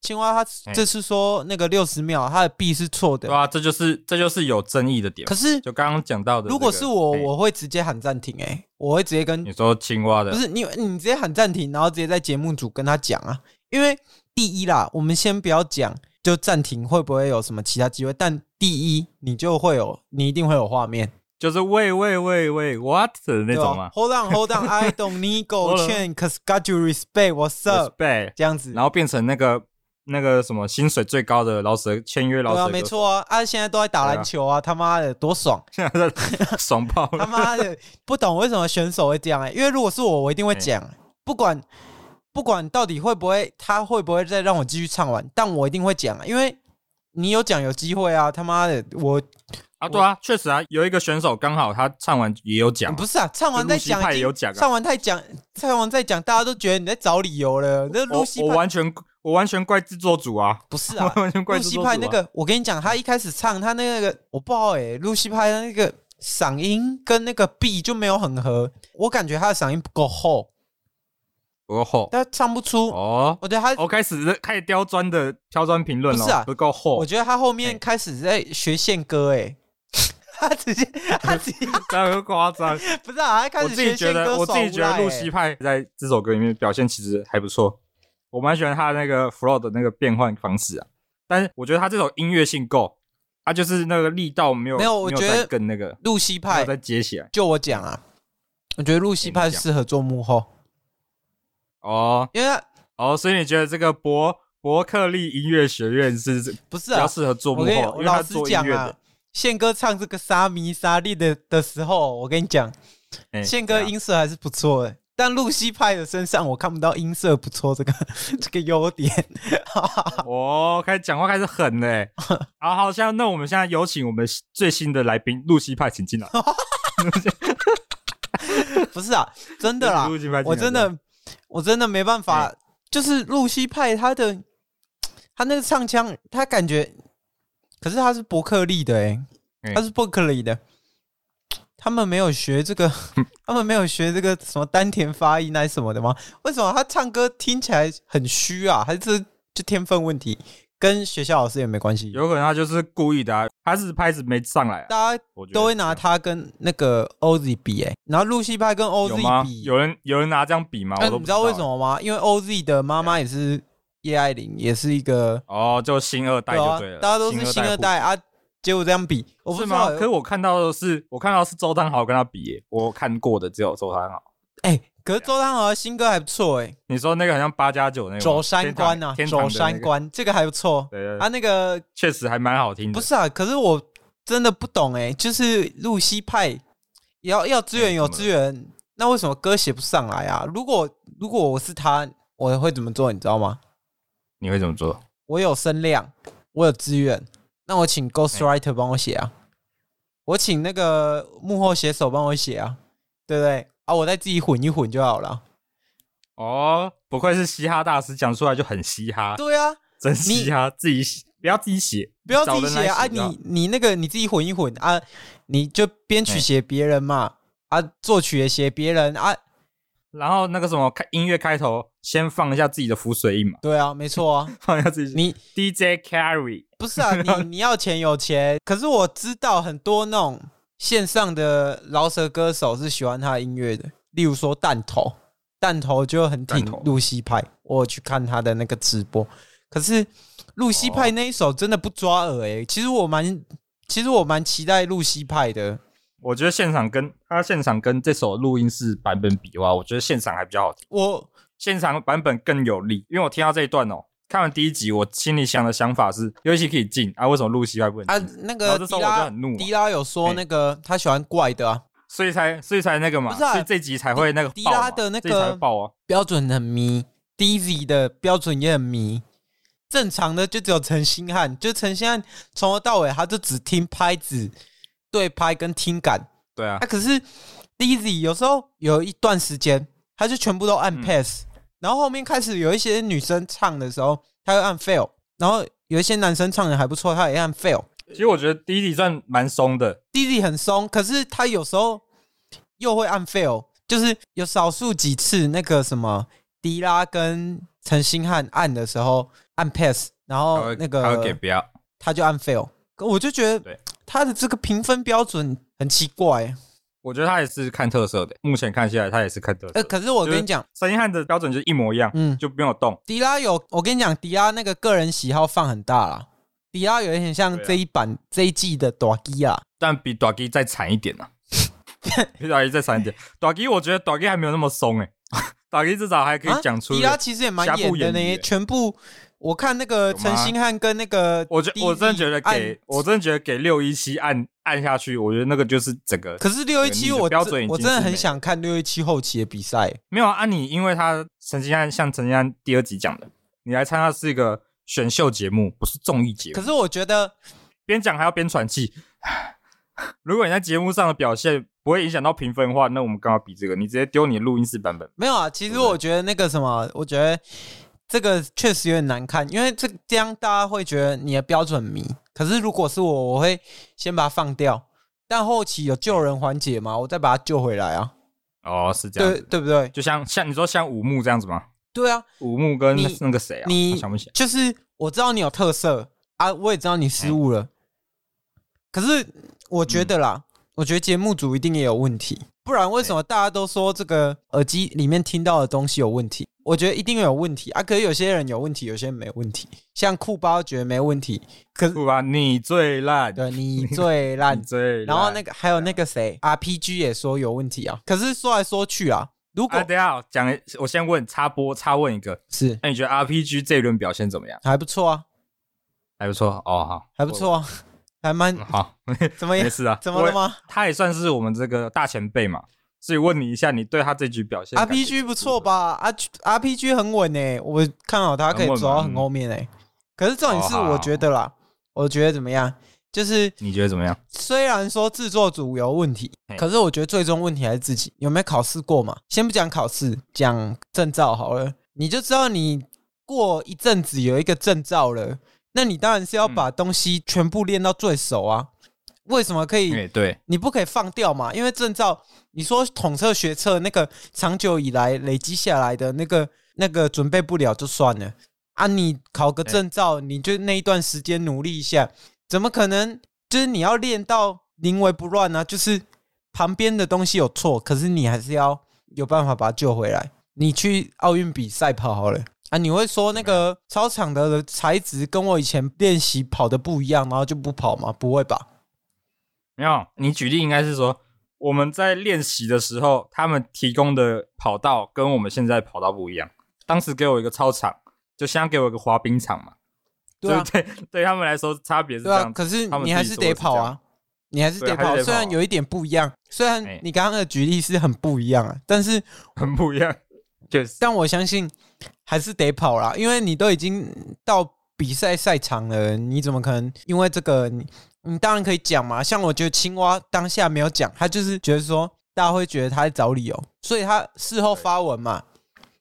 [SPEAKER 3] 青蛙他
[SPEAKER 2] 哎
[SPEAKER 3] 这次说那个六十秒他的 B 是错的
[SPEAKER 2] 对，啊，这就是这就是有争议的点
[SPEAKER 3] 可。是
[SPEAKER 2] 就刚刚讲到的这个，
[SPEAKER 3] 如果是我，
[SPEAKER 2] 哎
[SPEAKER 3] 我会直接喊暂停、欸，我会直接跟
[SPEAKER 2] 你说青蛙的，
[SPEAKER 3] 不是你，你直接喊暂停，然后直接在节目组跟他讲啊。因为第一啦，我们先不要讲，就暂停会不会有什么其他机会，但第一你就会有，你一定会有画面，
[SPEAKER 2] 就是喂喂喂喂，what 的那
[SPEAKER 3] 对啊吧
[SPEAKER 2] 种嘛
[SPEAKER 3] h o l d on，Hold on，I don't need go
[SPEAKER 2] Hold on
[SPEAKER 3] chain，cause got you respect，what's up？
[SPEAKER 2] ，respect，
[SPEAKER 3] 啊这样子，
[SPEAKER 2] 然后变成那个那个什么薪水最高的老舍签约老
[SPEAKER 3] 对
[SPEAKER 2] 舍
[SPEAKER 3] 啊，
[SPEAKER 2] 歌，
[SPEAKER 3] 没错啊，啊，现在都在打篮球啊，他妈的多 爽！
[SPEAKER 2] 现在 在爽爆
[SPEAKER 3] 他
[SPEAKER 2] 了。
[SPEAKER 3] 妈的，不懂为什么选手会这样哎、因为如果是我，我一定会讲，不管不管到底会不会，他会不会再让我继续唱完，但我一定会讲、啊，因为你有讲有机会啊！他妈的，我
[SPEAKER 2] 啊，对啊，确实啊，有一个选手刚好他唱完也有讲，
[SPEAKER 3] 不是啊，唱完再
[SPEAKER 2] 就
[SPEAKER 3] 讲
[SPEAKER 2] 路西派
[SPEAKER 3] 已经，
[SPEAKER 2] 也有讲啊
[SPEAKER 3] 唱完再讲，唱完再讲，大家都觉得你在找理由了。那露
[SPEAKER 2] 我
[SPEAKER 3] 西
[SPEAKER 2] 啊我
[SPEAKER 3] 派
[SPEAKER 2] 完全我完全怪制作组啊，
[SPEAKER 3] 不是
[SPEAKER 2] 我
[SPEAKER 3] 啊，
[SPEAKER 2] 完全怪
[SPEAKER 3] 露
[SPEAKER 2] 制
[SPEAKER 3] 西
[SPEAKER 2] 作组、啊。
[SPEAKER 3] 派那个，我跟你讲，他一开始唱他那个，我不好哎、露西派的那个嗓音跟那个 B 就没有很合，我感觉他的嗓音不够厚，
[SPEAKER 2] 哦吼
[SPEAKER 3] 他唱不出。
[SPEAKER 2] 哦，
[SPEAKER 3] 我觉得他
[SPEAKER 2] 我、开始开始刁钻的刁钻评论了，哦
[SPEAKER 3] 不是啊
[SPEAKER 2] 不够厚
[SPEAKER 3] 我，觉得他后
[SPEAKER 2] 哎
[SPEAKER 3] 面开始在学宪歌、欸， 他直接他直接
[SPEAKER 2] 这样又夸张。
[SPEAKER 3] 不是啊，他 开
[SPEAKER 2] 我
[SPEAKER 3] 始
[SPEAKER 2] 自己
[SPEAKER 3] 学
[SPEAKER 2] 觉
[SPEAKER 3] 宪
[SPEAKER 2] 得，
[SPEAKER 3] 歌
[SPEAKER 2] 我
[SPEAKER 3] 耍
[SPEAKER 2] 自
[SPEAKER 3] 无赖欸、
[SPEAKER 2] 己觉得露西派在这首歌里面表现其实还不错，我蛮喜欢他那个 flow 的那个变换方式啊。但是我觉得他这首音乐性够，他就是那个力道没有
[SPEAKER 3] 没有我觉得
[SPEAKER 2] 在跟那个
[SPEAKER 3] 露西
[SPEAKER 2] 没有
[SPEAKER 3] 派，
[SPEAKER 2] 再接起来
[SPEAKER 3] 就我讲啊，我觉得露西
[SPEAKER 2] 哎
[SPEAKER 3] 派
[SPEAKER 2] 你讲
[SPEAKER 3] 适合做幕后，
[SPEAKER 2] 哦
[SPEAKER 3] 因为他
[SPEAKER 2] 哦，所以你觉得这个伯伯克利音乐学院是比
[SPEAKER 3] 不是
[SPEAKER 2] 较
[SPEAKER 3] 啊，
[SPEAKER 2] 适合做幕后，
[SPEAKER 3] 我跟你
[SPEAKER 2] 因
[SPEAKER 3] 我
[SPEAKER 2] 为
[SPEAKER 3] 老
[SPEAKER 2] 他
[SPEAKER 3] 实
[SPEAKER 2] 做音
[SPEAKER 3] 讲
[SPEAKER 2] 乐
[SPEAKER 3] 啊
[SPEAKER 2] 的，，
[SPEAKER 3] 宪哥唱这个沙弥沙利的的时候，我跟你讲，
[SPEAKER 2] 哎
[SPEAKER 3] 宪哥
[SPEAKER 2] 对啊
[SPEAKER 3] 音色还是不错的、但露西派的身上我看不到音色不错这个 这个优点，
[SPEAKER 2] 哦，开始讲话开始狠嘞、好，好，像那我们现在有请我们最新的来宾露西派，请进来。
[SPEAKER 3] 不是啊，真的啦，
[SPEAKER 2] 露西派进来，
[SPEAKER 3] 我真的，我真的没办
[SPEAKER 2] 哎
[SPEAKER 3] 法。就是露西派他的，他那个唱腔，他感觉，可是他是伯克利的哎、
[SPEAKER 2] 哎
[SPEAKER 3] 他是伯克利的，他们没有学这个， 他们没有学这个什么丹田发音还是什么的吗？为什么他唱歌听起来很虚啊？还是这就天分问题，跟学校老师也没关系。
[SPEAKER 2] 有可能他就是故意的、啊，他是拍子没上来、啊，
[SPEAKER 3] 大家
[SPEAKER 2] 我觉得
[SPEAKER 3] 都会拿他跟那个 OZ 比哎、然后露西派跟
[SPEAKER 2] 有吗
[SPEAKER 3] OZ 比，？
[SPEAKER 2] 有人有人拿这样比吗？
[SPEAKER 3] 哎，
[SPEAKER 2] 我都
[SPEAKER 3] 你
[SPEAKER 2] 不
[SPEAKER 3] 知道为什
[SPEAKER 2] 欸？
[SPEAKER 3] 么吗？因为 OZ 的妈妈也是叶爱玲，也是一个
[SPEAKER 2] 哦，就新二代就对
[SPEAKER 3] 啊
[SPEAKER 2] 了，，
[SPEAKER 3] 大家都是新二代啊。结果这样比，我
[SPEAKER 2] 户，
[SPEAKER 3] 不
[SPEAKER 2] 是
[SPEAKER 3] 知
[SPEAKER 2] 吗？
[SPEAKER 3] 道欸
[SPEAKER 2] 可。是我看到的是，我看到的是周汤豪跟他比、耶，我看过的只有周汤豪。
[SPEAKER 3] 哎，可是周汤豪的新歌还不错哎，
[SPEAKER 2] 你说那个好像八加九那个
[SPEAKER 3] 走山关
[SPEAKER 2] 呐
[SPEAKER 3] 啊，，
[SPEAKER 2] 天堂
[SPEAKER 3] 走
[SPEAKER 2] 的那
[SPEAKER 3] 山
[SPEAKER 2] 个，
[SPEAKER 3] 关这个还不错
[SPEAKER 2] 对对
[SPEAKER 3] 啊。那个
[SPEAKER 2] 确实还蛮好听的。
[SPEAKER 3] 不是啊，可是我真的不懂哎，就是露西派也要要资源
[SPEAKER 2] 哎
[SPEAKER 3] 有
[SPEAKER 2] 怎么了
[SPEAKER 3] 资源，那为什么歌写不上来啊？如果如果我是他，我会怎么做？你知道吗？
[SPEAKER 2] 你会怎么做？
[SPEAKER 3] 我有声量，我有资源，那我请 Ghostwriter 帮我写啊，我请那个幕后写手帮我写啊，对不对？啊，我再自己混一混就好了。
[SPEAKER 2] 哦，不愧是嘻哈大师，讲出来就很嘻哈，
[SPEAKER 3] 对啊，
[SPEAKER 2] 真嘻哈，自己写不要自己写，
[SPEAKER 3] 不要自
[SPEAKER 2] 找
[SPEAKER 3] 己
[SPEAKER 2] 人
[SPEAKER 3] 写
[SPEAKER 2] 来
[SPEAKER 3] 啊，
[SPEAKER 2] 就好
[SPEAKER 3] 你你那个你自己混一混啊，你就编曲
[SPEAKER 2] 哎
[SPEAKER 3] 写别人嘛，啊，作曲也写别人啊，
[SPEAKER 2] 然后那个什么开音乐开头，先放一下自己的浮水印嘛，
[SPEAKER 3] 对啊，没错啊，
[SPEAKER 2] 放一下自己
[SPEAKER 3] 你
[SPEAKER 2] DJ Carry。
[SPEAKER 3] 不是啊， 你你要钱有钱，可是我知道很多那种线上的饶舌歌手是喜欢他的音乐的，例如说弹头，弹头就很挺
[SPEAKER 2] 弹头
[SPEAKER 3] 露西派，我有去看他的那个直播，可是露西
[SPEAKER 2] 哦
[SPEAKER 3] 派那一首真的不抓耳诶、其实我蛮，其实我蛮期待露西派的。
[SPEAKER 2] 我觉得现场跟他现场跟这首录音室版本比的话，我觉得现场还比较好听，
[SPEAKER 3] 我
[SPEAKER 2] 现场版本更有力。因为我听到这一段哦，看完第一集，我心里想的想法是，游戏可以进啊，为什么露西还不能进？
[SPEAKER 3] 啊，那
[SPEAKER 2] 然
[SPEAKER 3] 个
[SPEAKER 2] 后这时
[SPEAKER 3] 迪
[SPEAKER 2] 候我就
[SPEAKER 3] 拉
[SPEAKER 2] 很怒啊
[SPEAKER 3] 迪拉有说
[SPEAKER 2] 哎
[SPEAKER 3] 那个他喜欢怪的啊，
[SPEAKER 2] 所以才所以才那个嘛，
[SPEAKER 3] 不是啊
[SPEAKER 2] 所以这集才会那个
[SPEAKER 3] 迪
[SPEAKER 2] 爆嘛
[SPEAKER 3] 拉的那
[SPEAKER 2] 这集才
[SPEAKER 3] 个
[SPEAKER 2] 会爆啊。
[SPEAKER 3] 标准很迷，Dizzy 的标准也很迷。正常的就只有陈星汉，就陈星汉从头到尾他就只听拍子、对拍跟听感。
[SPEAKER 2] 对啊
[SPEAKER 3] 啊，，可是 Dizzy 有时候有一段时间，他就全部都按
[SPEAKER 2] 嗯
[SPEAKER 3] pass，、然后后面开始有一些女生唱的时候，他会按 fail，然后有一些男生唱的还不错，他也按 fail。
[SPEAKER 2] 其实我觉得第一集算蛮松的，
[SPEAKER 3] Dizzy 很松，可是他有时候又会按 fail，就是有少数几次那个什么迪拉跟陈星汉按的时候按 pass，然
[SPEAKER 2] 他
[SPEAKER 3] 后
[SPEAKER 2] 会
[SPEAKER 3] 哦那
[SPEAKER 2] 他会给
[SPEAKER 3] 个
[SPEAKER 2] 不要。
[SPEAKER 3] 他就按 fail，可我就觉得
[SPEAKER 2] 对
[SPEAKER 3] 他的这个评分标准很奇怪。
[SPEAKER 2] 我觉得他也是看特色的，目前看下来他也是看特色的。
[SPEAKER 3] 呃，可是我跟你讲，
[SPEAKER 2] 陈星汉的标准就是一模一样，
[SPEAKER 3] 嗯，
[SPEAKER 2] 就不用动。
[SPEAKER 3] 迪拉有，我跟你讲，迪拉那个个人喜好放很大啦。迪拉有一点像
[SPEAKER 2] 对啊
[SPEAKER 3] 这一版、这一季的短基啊，
[SPEAKER 2] 但比 d o g 再惨一 点啊，比 d o g 再惨一点。d o g 我觉得 d o g 还没有那么松 哎、欸、，d o g 至少还可以讲出、
[SPEAKER 3] 啊迪拉其实也蛮
[SPEAKER 2] 瑕不
[SPEAKER 3] 演的
[SPEAKER 2] 掩
[SPEAKER 3] 呢，
[SPEAKER 2] 瑜欸
[SPEAKER 3] 全部我看那个
[SPEAKER 2] 有吗
[SPEAKER 3] 陈星汉跟那个 DZ 按，
[SPEAKER 2] 我觉我真的觉得给，我真的觉得给六一七按按下去，我觉得那个就是整个
[SPEAKER 3] 可是六一七
[SPEAKER 2] 你的
[SPEAKER 3] 我
[SPEAKER 2] 标准已
[SPEAKER 3] 我
[SPEAKER 2] 经
[SPEAKER 3] 真的
[SPEAKER 2] 是
[SPEAKER 3] 很
[SPEAKER 2] 没
[SPEAKER 3] 想看六一七后期的比赛，
[SPEAKER 2] 没有啊。啊你因为他陈金安像陈金安第二集讲的，你来参加是一个选秀节目，不是综艺节
[SPEAKER 3] 可
[SPEAKER 2] 目，
[SPEAKER 3] 是我觉得
[SPEAKER 2] 边讲还要边喘气。如果你在节目上的表现不会影响到评分的话，那我们刚好比这个，你直接丢你的录音室版本。
[SPEAKER 3] 没有啊，其实
[SPEAKER 2] 对不对
[SPEAKER 3] 我觉得那个什么，我觉得这个确实有点难看，因为这这样大家会觉得你的标准迷。可是如果是我，我会先把它放掉，但后期有救人环节嘛，我再把它救回来啊，
[SPEAKER 2] 哦，是这样
[SPEAKER 3] 对
[SPEAKER 2] 子，
[SPEAKER 3] 对不对？
[SPEAKER 2] 就像像你说像五木这样子吗？
[SPEAKER 3] 对啊，
[SPEAKER 2] 五木跟
[SPEAKER 3] 你
[SPEAKER 2] 那个谁啊，
[SPEAKER 3] 你
[SPEAKER 2] 我想不起来。
[SPEAKER 3] 就是我知道你有特色啊，我也知道你失误了，可是我觉得啦，我觉得节目组一定也有问题，不然为什么大家都说这个耳机里面听到的东西有问题？我觉得一定有问题啊！可是有些人有问题，有些人没问题。像库巴觉得没问题，可是
[SPEAKER 2] 不吧，你最烂，
[SPEAKER 3] 对 你最
[SPEAKER 2] 你
[SPEAKER 3] 烂。
[SPEAKER 2] 最烂。啊
[SPEAKER 3] 然后那个还有那个谁，RPG 也说有问题啊。可是说来说去啊，如果
[SPEAKER 2] 啊，等一下讲一，我先问插播插问一个，
[SPEAKER 3] 是
[SPEAKER 2] 那你觉得 RPG 这一轮表现怎么样？
[SPEAKER 3] 还不错啊，
[SPEAKER 2] 还不错哦，好，
[SPEAKER 3] 还不错啊，还蛮
[SPEAKER 2] 我，好，
[SPEAKER 3] 怎
[SPEAKER 2] 嗯
[SPEAKER 3] 么
[SPEAKER 2] 没
[SPEAKER 3] 样？
[SPEAKER 2] 事啊。
[SPEAKER 3] 怎么了
[SPEAKER 2] 我也？
[SPEAKER 3] 吗？
[SPEAKER 2] 他也算是我们这个大前辈嘛，所以问你一下，你对他这局表现
[SPEAKER 3] RPG 不错？吧？R R P G 很稳诶、我看好它可以
[SPEAKER 2] 很稳
[SPEAKER 3] 走到
[SPEAKER 2] 吗嗯
[SPEAKER 3] 很后面诶、欸可是重点是，
[SPEAKER 2] 哦好
[SPEAKER 3] 我觉得啦，我觉得怎么样？就是
[SPEAKER 2] 你觉得怎么样？
[SPEAKER 3] 虽然说制作组有问题，
[SPEAKER 2] 嘿
[SPEAKER 3] 可是我觉得最终问题还是自己有没有考试过嘛。先不讲考试，讲证照好了，你就知道你过一阵子有一个证照了，那你当然是要
[SPEAKER 2] 嗯
[SPEAKER 3] 把东西全部练到最熟啊。为什么可以
[SPEAKER 2] 哎，对，
[SPEAKER 3] 你不可以放掉嘛，因为证照，你说统测学测那个长久以来累积下来的那个那个准备不了就算了啊，你考个
[SPEAKER 2] 对
[SPEAKER 3] 证照，你就那一段时间努力一下，怎么可能？就是你要练到临危不乱呢、啊就是旁边的东西有错，可是你还是要有办法把它救回来。你去奥运比赛跑好了啊，你会说那个操场的材质跟我以前练习跑的不一样，然后就不跑吗？不会吧？
[SPEAKER 2] 没有，你举例应该是说。我们在练习的时候，他们提供的跑道跟我们现在跑道不一样。当时给我一个操场，就先给我一个滑冰场嘛，
[SPEAKER 3] 对啊，
[SPEAKER 2] 对对，对他们来说差别是这
[SPEAKER 3] 对啊，
[SPEAKER 2] 样子。
[SPEAKER 3] 可是
[SPEAKER 2] 他们自
[SPEAKER 3] 你
[SPEAKER 2] 己
[SPEAKER 3] 还是
[SPEAKER 2] 说
[SPEAKER 3] 得
[SPEAKER 2] 是
[SPEAKER 3] 跑
[SPEAKER 2] 这
[SPEAKER 3] 啊
[SPEAKER 2] 样，
[SPEAKER 3] 你还是
[SPEAKER 2] 对
[SPEAKER 3] 得
[SPEAKER 2] 还是
[SPEAKER 3] 跑。
[SPEAKER 2] 得
[SPEAKER 3] 虽然
[SPEAKER 2] 跑啊
[SPEAKER 3] 有一点不一样，虽然
[SPEAKER 2] 哎
[SPEAKER 3] 你刚刚的举例是很不一样啊，但是
[SPEAKER 2] 很不一样，就是
[SPEAKER 3] 但我相信还是得跑啦，因为你都已经到比赛赛场了，你怎么可能因为这个你你当然可以讲嘛？像我觉得青蛙当下没有讲，他就是觉得说大家会觉得他在找理由，所以他事后发文嘛。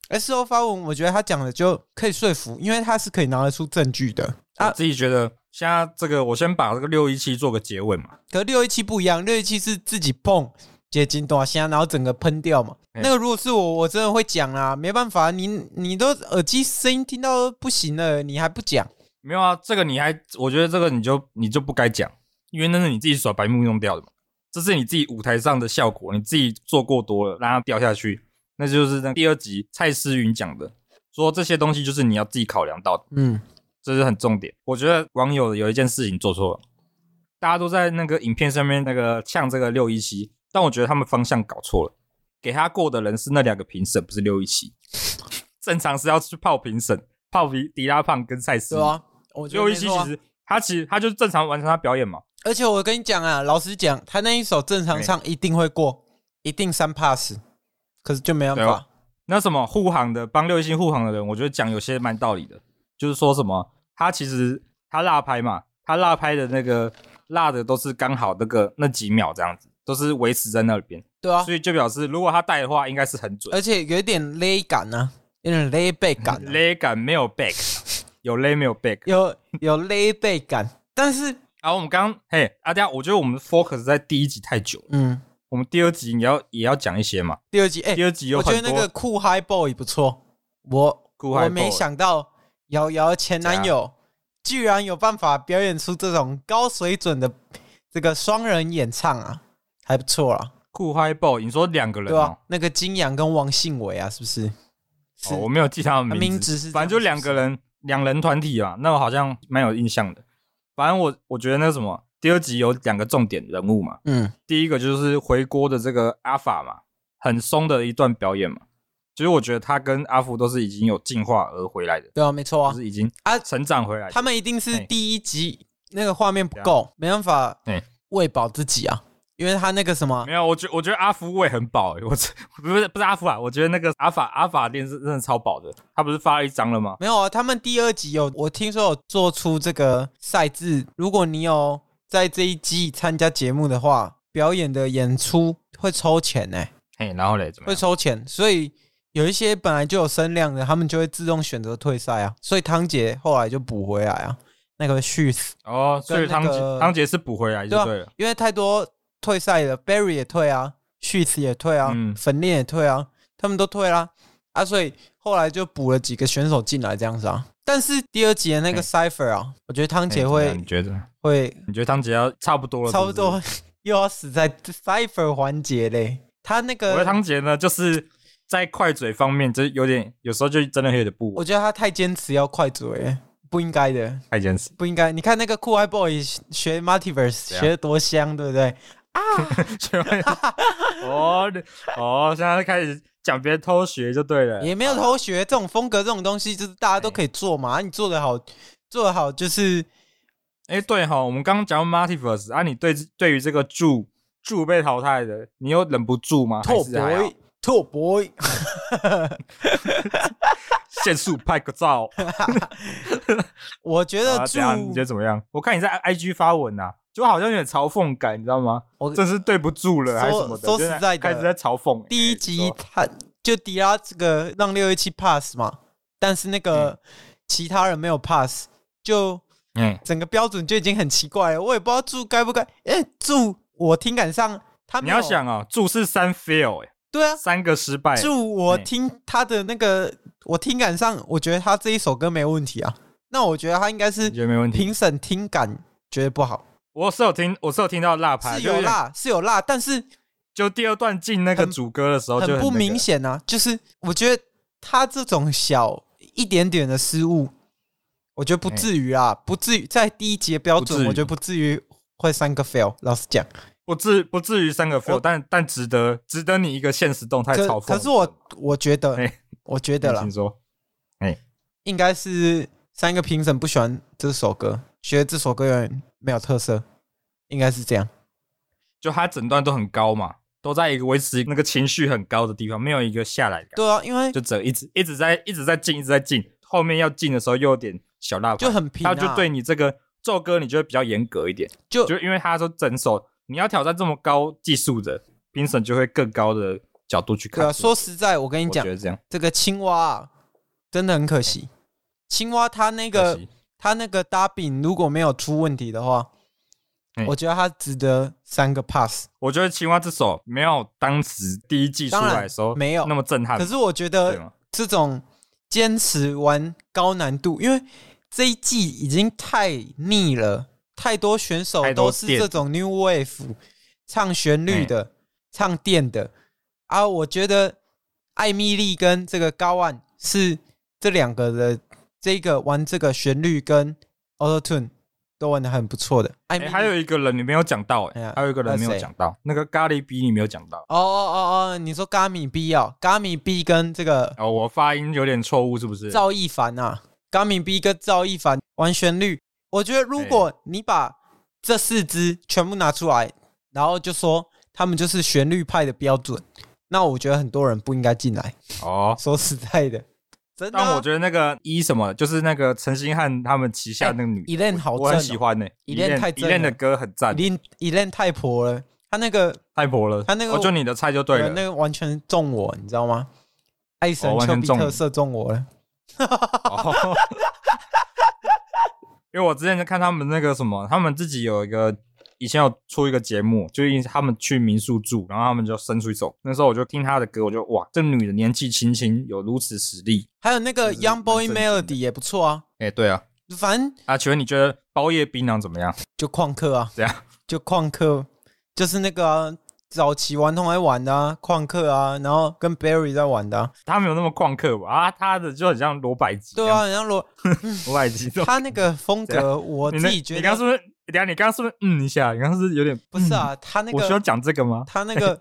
[SPEAKER 3] 而事后发文，我觉得他讲的就可以说服，因为他是可以拿得出证据的。啊
[SPEAKER 2] 我自己觉得现在这个，我先把这个六一七做个结尾嘛。
[SPEAKER 3] 可六一七不一样，六一七是自己碰结晶多虾，啊然后整个喷掉嘛。
[SPEAKER 2] 嗯
[SPEAKER 3] 那个如果是我，我真的会讲啦，没办法，啊你你都耳机声音听到不行了，你还不讲？
[SPEAKER 2] 没有啊，这个你还，我觉得这个你就你就不该讲，因为那是你自己耍白目弄掉的嘛，这是你自己舞台上的效果，你自己做过多了，让它掉下去，那就是那第二集蔡思云讲的，说这些东西就是你要自己考量到的，
[SPEAKER 3] 嗯，
[SPEAKER 2] 这是很重点。我觉得网友有一件事情做错了，大家都在那个影片上面那个呛这个六一七，但我觉得他们方向搞错了，给他过的人是那两个评审，不是六一七。 正常是要去泡评审，泡迪迪拉胖跟蔡思。
[SPEAKER 3] 对啊，我觉
[SPEAKER 2] 六
[SPEAKER 3] 得没
[SPEAKER 2] 一七
[SPEAKER 3] 错啊
[SPEAKER 2] 其实他其实他就是正常完成他表演嘛，
[SPEAKER 3] 而且我跟你讲啊，老实讲，他那一首正常唱一定会过，一定三 pass，可是就没办
[SPEAKER 2] 对
[SPEAKER 3] 法
[SPEAKER 2] 啊。那什么护航的帮六一星护航的人，我觉得讲有些蛮道理的，就是说什么他其实他辣拍嘛，他辣拍的那个辣的都是刚好那个那几秒这样子，都是维持在那边，
[SPEAKER 3] 对啊，
[SPEAKER 2] 所以就表示如果他带的话，应该是很准，
[SPEAKER 3] 而且有一点勒感呢、啊，有点勒背感、啊，
[SPEAKER 2] 勒感没有 back，有勒没有 back。
[SPEAKER 3] 有有勒背感。但是，
[SPEAKER 2] 然后我们刚刚嘿啊阿佳，我觉得我们 focus 在第一集太久了，
[SPEAKER 3] 嗯，
[SPEAKER 2] 我们第二集也要也要讲一些嘛，
[SPEAKER 3] 第二集，哎、
[SPEAKER 2] 第二集有
[SPEAKER 3] 我觉
[SPEAKER 2] 很
[SPEAKER 3] 得
[SPEAKER 2] 多
[SPEAKER 3] 那个酷嗨 boy 不错。我
[SPEAKER 2] 酷嗨
[SPEAKER 3] 我没
[SPEAKER 2] boy
[SPEAKER 3] 想到瑶瑶的前男友居然有办法表演出这种高水准的这个双人演唱啊，还不错啦。
[SPEAKER 2] 酷嗨爆，你说两个人
[SPEAKER 3] 对啊
[SPEAKER 2] 哦，，
[SPEAKER 3] 那个金阳跟王信伟啊，是不是？是
[SPEAKER 2] 哦，我没有记他
[SPEAKER 3] 他
[SPEAKER 2] 们
[SPEAKER 3] 名
[SPEAKER 2] 名字，
[SPEAKER 3] 字是这样，
[SPEAKER 2] 反正就两个人两人团体啊，那我好像蛮有印象的。反正我我觉得那个什么第二集有两个重点人物嘛，
[SPEAKER 3] 是不是，嗯，
[SPEAKER 2] 第一个就是回锅的这个阿法嘛，很松的一段表演嘛，就是我觉得他跟阿福都是已经有进化而回来的，
[SPEAKER 3] 对啊，没错
[SPEAKER 2] 就
[SPEAKER 3] 啊，
[SPEAKER 2] 是已经
[SPEAKER 3] 啊
[SPEAKER 2] 成长回来的。
[SPEAKER 3] 他们一定是
[SPEAKER 2] 嘿
[SPEAKER 3] 第一集那个画面不够，没办法
[SPEAKER 2] 对
[SPEAKER 3] 喂饱自己啊，因为他那个什么啊
[SPEAKER 2] 没，有，我觉我觉得阿福胃很饱、欸，我这 不是不是阿福啊，我觉得那个阿法阿法店是真的超饱的，他不是发了一张了吗？
[SPEAKER 3] 没有啊，他们第二集有我听说有做出这个赛制，如果你有在这一季参加节目的话，表演的演出会抽钱呢、
[SPEAKER 2] 嘿，然后嘞怎么
[SPEAKER 3] 会
[SPEAKER 2] 样？
[SPEAKER 3] 抽钱，所以有一些本来就有声量的，他们就会自动选择退赛啊，所以汤姐后来就补回来啊，那个续死。
[SPEAKER 2] 哦，所以
[SPEAKER 3] 跟那
[SPEAKER 2] 汤
[SPEAKER 3] 个
[SPEAKER 2] 姐汤姐是补回来就
[SPEAKER 3] 对啊
[SPEAKER 2] 对了。
[SPEAKER 3] 因为太多退赛了，Barry 也退啊，旭慈也退啊，
[SPEAKER 2] 嗯
[SPEAKER 3] 粉炼也退啊，他们都退啦、啊，所以后来就补了几个选手进来这样子啊。但是第二集的那个
[SPEAKER 2] 嘿
[SPEAKER 3] Cipher 啊，我觉得汤
[SPEAKER 2] 汤
[SPEAKER 3] 姐会、
[SPEAKER 2] 你觉得？
[SPEAKER 3] 会
[SPEAKER 2] 你觉得汤姐要差不多了
[SPEAKER 3] 差不多 又要死在 Cipher 环节嘞。他那
[SPEAKER 2] 我
[SPEAKER 3] 个
[SPEAKER 2] 的，汤姐呢，就是在快嘴方面，就是有点，有时候就真的有点不
[SPEAKER 3] 我
[SPEAKER 2] 稳。
[SPEAKER 3] 觉得他太坚持要快嘴，不应该的，
[SPEAKER 2] 太坚 持，
[SPEAKER 3] 不应该。你看那个酷爱 boy 学 Multiverse
[SPEAKER 2] 样
[SPEAKER 3] 学得多香，对不对？
[SPEAKER 2] 哦哦，现在开始讲别人偷学就对了。
[SPEAKER 3] 也没有偷学这种风格，这种东西就是大家都可以做嘛。啊你做得好，做得好就是
[SPEAKER 2] 哎，对哈，我们刚刚讲到 Multiverse 啊，你对对于这个柱柱被淘汰的，你有忍不住吗？还
[SPEAKER 3] 拓
[SPEAKER 2] 是还好
[SPEAKER 3] 博拓博，
[SPEAKER 2] 限速拍个照，
[SPEAKER 3] 我觉得
[SPEAKER 2] 啊
[SPEAKER 3] 住
[SPEAKER 2] 怎样？你觉得怎么样？我看你在 I- IG 发文啊，就好像有点嘲讽感，你知道吗？
[SPEAKER 3] 我
[SPEAKER 2] 真是对不住了，还是什么的？
[SPEAKER 3] 哦
[SPEAKER 2] 就
[SPEAKER 3] 说说实在的
[SPEAKER 2] 开始在嘲讽欸。
[SPEAKER 3] 第一
[SPEAKER 2] 哎
[SPEAKER 3] 集他就抵押这个让六一七 pass 嘛，但是那个其他人没有 pass，就
[SPEAKER 2] 嗯，
[SPEAKER 3] 整个标准就已经很奇怪了。我也不知道住该不该，哎，住我听感上他
[SPEAKER 2] 你
[SPEAKER 3] 没有
[SPEAKER 2] 要想啊，柱是三 fail 哎。
[SPEAKER 3] 对啊，
[SPEAKER 2] 三个失败，
[SPEAKER 3] 住我
[SPEAKER 2] 嗯
[SPEAKER 3] 听他的那个我听感上，我觉得他这一首歌没问题啊。那我觉得他应该是
[SPEAKER 2] 你觉得没问题？
[SPEAKER 3] 评审听感觉得不好，
[SPEAKER 2] 我是有听，我是有听到辣拍，
[SPEAKER 3] 是
[SPEAKER 2] 就
[SPEAKER 3] 有
[SPEAKER 2] 点，
[SPEAKER 3] 辣是有辣，但是
[SPEAKER 2] 就第二段进那个
[SPEAKER 3] 很
[SPEAKER 2] 主歌的时哦候就
[SPEAKER 3] 很
[SPEAKER 2] 那
[SPEAKER 3] 不
[SPEAKER 2] 个
[SPEAKER 3] 明。显啊。就是我觉得他这种小一点点的失误，我觉得不至于啊，不至于在第一节标
[SPEAKER 2] 哎不至
[SPEAKER 3] 准，
[SPEAKER 2] 于
[SPEAKER 3] 我觉得不至于会三个 fail。老实讲，
[SPEAKER 2] 不至不至于三个 fail，
[SPEAKER 3] 我
[SPEAKER 2] 但但值得值得你一个现实动态
[SPEAKER 3] 可
[SPEAKER 2] 嘲讽。
[SPEAKER 3] 可是我我觉得
[SPEAKER 2] 哎，
[SPEAKER 3] 我觉得
[SPEAKER 2] 嗯
[SPEAKER 3] 啦
[SPEAKER 2] 请，说，
[SPEAKER 3] 应该是三个评审不喜欢这首歌，觉得这首歌有点没有特色，应该是这样。
[SPEAKER 2] 就他整段都很高嘛，都在一个维持那个情绪很高的地方，没有一个下来感，
[SPEAKER 3] 对啊，因为
[SPEAKER 2] 就只有一直一直在一直在进，一直在进，后面要进的时候又有点小辣拍，
[SPEAKER 3] 就很平、啊，
[SPEAKER 2] 他就对你这个这首歌，你就会比较严格一点。
[SPEAKER 3] 就啊
[SPEAKER 2] 就因为他说整首你要挑战这么高技术的评审，就会更高的角度去看。
[SPEAKER 3] 对啊。说实在，我跟你
[SPEAKER 2] 我
[SPEAKER 3] 讲
[SPEAKER 2] 觉，得这样
[SPEAKER 3] 这个青蛙啊，真的很可惜。青蛙它那
[SPEAKER 2] 可
[SPEAKER 3] 个
[SPEAKER 2] 惜。
[SPEAKER 3] 它那个搭饼如果没有出问题的话，
[SPEAKER 2] 嗯
[SPEAKER 3] 我觉得它值得三个 pass。
[SPEAKER 2] 我觉得青蛙这首没有当时第一季出来的时
[SPEAKER 3] 当
[SPEAKER 2] 候
[SPEAKER 3] 然没有
[SPEAKER 2] 那么震撼，
[SPEAKER 3] 可是我觉
[SPEAKER 2] 啊对
[SPEAKER 3] 得
[SPEAKER 2] 吗？
[SPEAKER 3] 这种坚持玩高难度，因为这一季已经太腻了，太多选手
[SPEAKER 2] 太多
[SPEAKER 3] 都是
[SPEAKER 2] 电
[SPEAKER 3] 这种 new wave 唱旋律的、唱电的啊。我觉得艾米丽跟这个高岸是这两个的这个玩这个旋律跟 Auto Tune 都玩的很不错的。哎
[SPEAKER 2] 哎、还有一个人你没有讲到、
[SPEAKER 3] 哎
[SPEAKER 2] 哎、
[SPEAKER 3] 呀
[SPEAKER 2] 还有一个人没
[SPEAKER 3] 那
[SPEAKER 2] 有
[SPEAKER 3] 谁
[SPEAKER 2] 讲到，那个咖喱逼你没有讲到。
[SPEAKER 3] 哦哦哦哦，你说 Gummy B 哦，Gummy B 跟这个
[SPEAKER 2] 哦，我发音有点错误，是不是？
[SPEAKER 3] 赵一凡啊，Gummy B 跟赵一凡玩旋律，我觉得如果你
[SPEAKER 2] 哎
[SPEAKER 3] 把这四支全部拿出来，然后就说他们就是旋律派的标准，那我觉得很多人不应该进来。
[SPEAKER 2] 哦，
[SPEAKER 3] 说实在的，真的啊、
[SPEAKER 2] 但我觉得那个一什么，就是那个陈星汉他们旗下那个女，
[SPEAKER 3] 伊莲好
[SPEAKER 2] 我
[SPEAKER 3] 哎正、
[SPEAKER 2] 很
[SPEAKER 3] 哦，
[SPEAKER 2] 喜欢呢。
[SPEAKER 3] 伊莲太正了
[SPEAKER 2] 伊莲的歌很赞
[SPEAKER 3] 伊，莲伊莲太婆了，她那个
[SPEAKER 2] 太婆了。
[SPEAKER 3] 他那个
[SPEAKER 2] 我就你的菜就对了。
[SPEAKER 3] 那个完全中我，你知道吗？爱神
[SPEAKER 2] 哦完
[SPEAKER 3] 丘
[SPEAKER 2] 全
[SPEAKER 3] 比
[SPEAKER 2] 中
[SPEAKER 3] 特
[SPEAKER 2] 你
[SPEAKER 3] 射中我了。
[SPEAKER 2] 哦 因为我之前在看他们那个什么，他们自己有一个以前有出一个节目，就是他们去民宿住，然后他们就生出一首。那时候我就听她的歌，我就哇，这女的年纪轻轻有如此实力。
[SPEAKER 3] 还有那个
[SPEAKER 2] 就是
[SPEAKER 3] Young Boy
[SPEAKER 2] 蛮正经的
[SPEAKER 3] Melody 也不错啊，
[SPEAKER 2] 哎、对啊，
[SPEAKER 3] 反正
[SPEAKER 2] 啊，请问你觉得包夜槟榔怎么样？
[SPEAKER 3] 就旷课啊，
[SPEAKER 2] 怎样？
[SPEAKER 3] 就旷课，就是那个、啊、早期顽童在玩的啊，旷课啊，然后跟 Barry 在玩的、啊，
[SPEAKER 2] 他没有那么旷课吧？啊，他的就很像罗百吉，
[SPEAKER 3] 对，啊，人家罗
[SPEAKER 2] 罗百吉这种。
[SPEAKER 3] 他那个风
[SPEAKER 2] 怎
[SPEAKER 3] 格，我
[SPEAKER 2] 你
[SPEAKER 3] 自
[SPEAKER 2] 那
[SPEAKER 3] 己觉
[SPEAKER 2] 你刚刚是
[SPEAKER 3] 得
[SPEAKER 2] 不是？等一下，你刚刚是不是嗯一下？你刚刚是有点
[SPEAKER 3] 不是
[SPEAKER 2] 嗯
[SPEAKER 3] 啊，他那
[SPEAKER 2] 我需要
[SPEAKER 3] 个
[SPEAKER 2] 讲这个吗？
[SPEAKER 3] 他 那个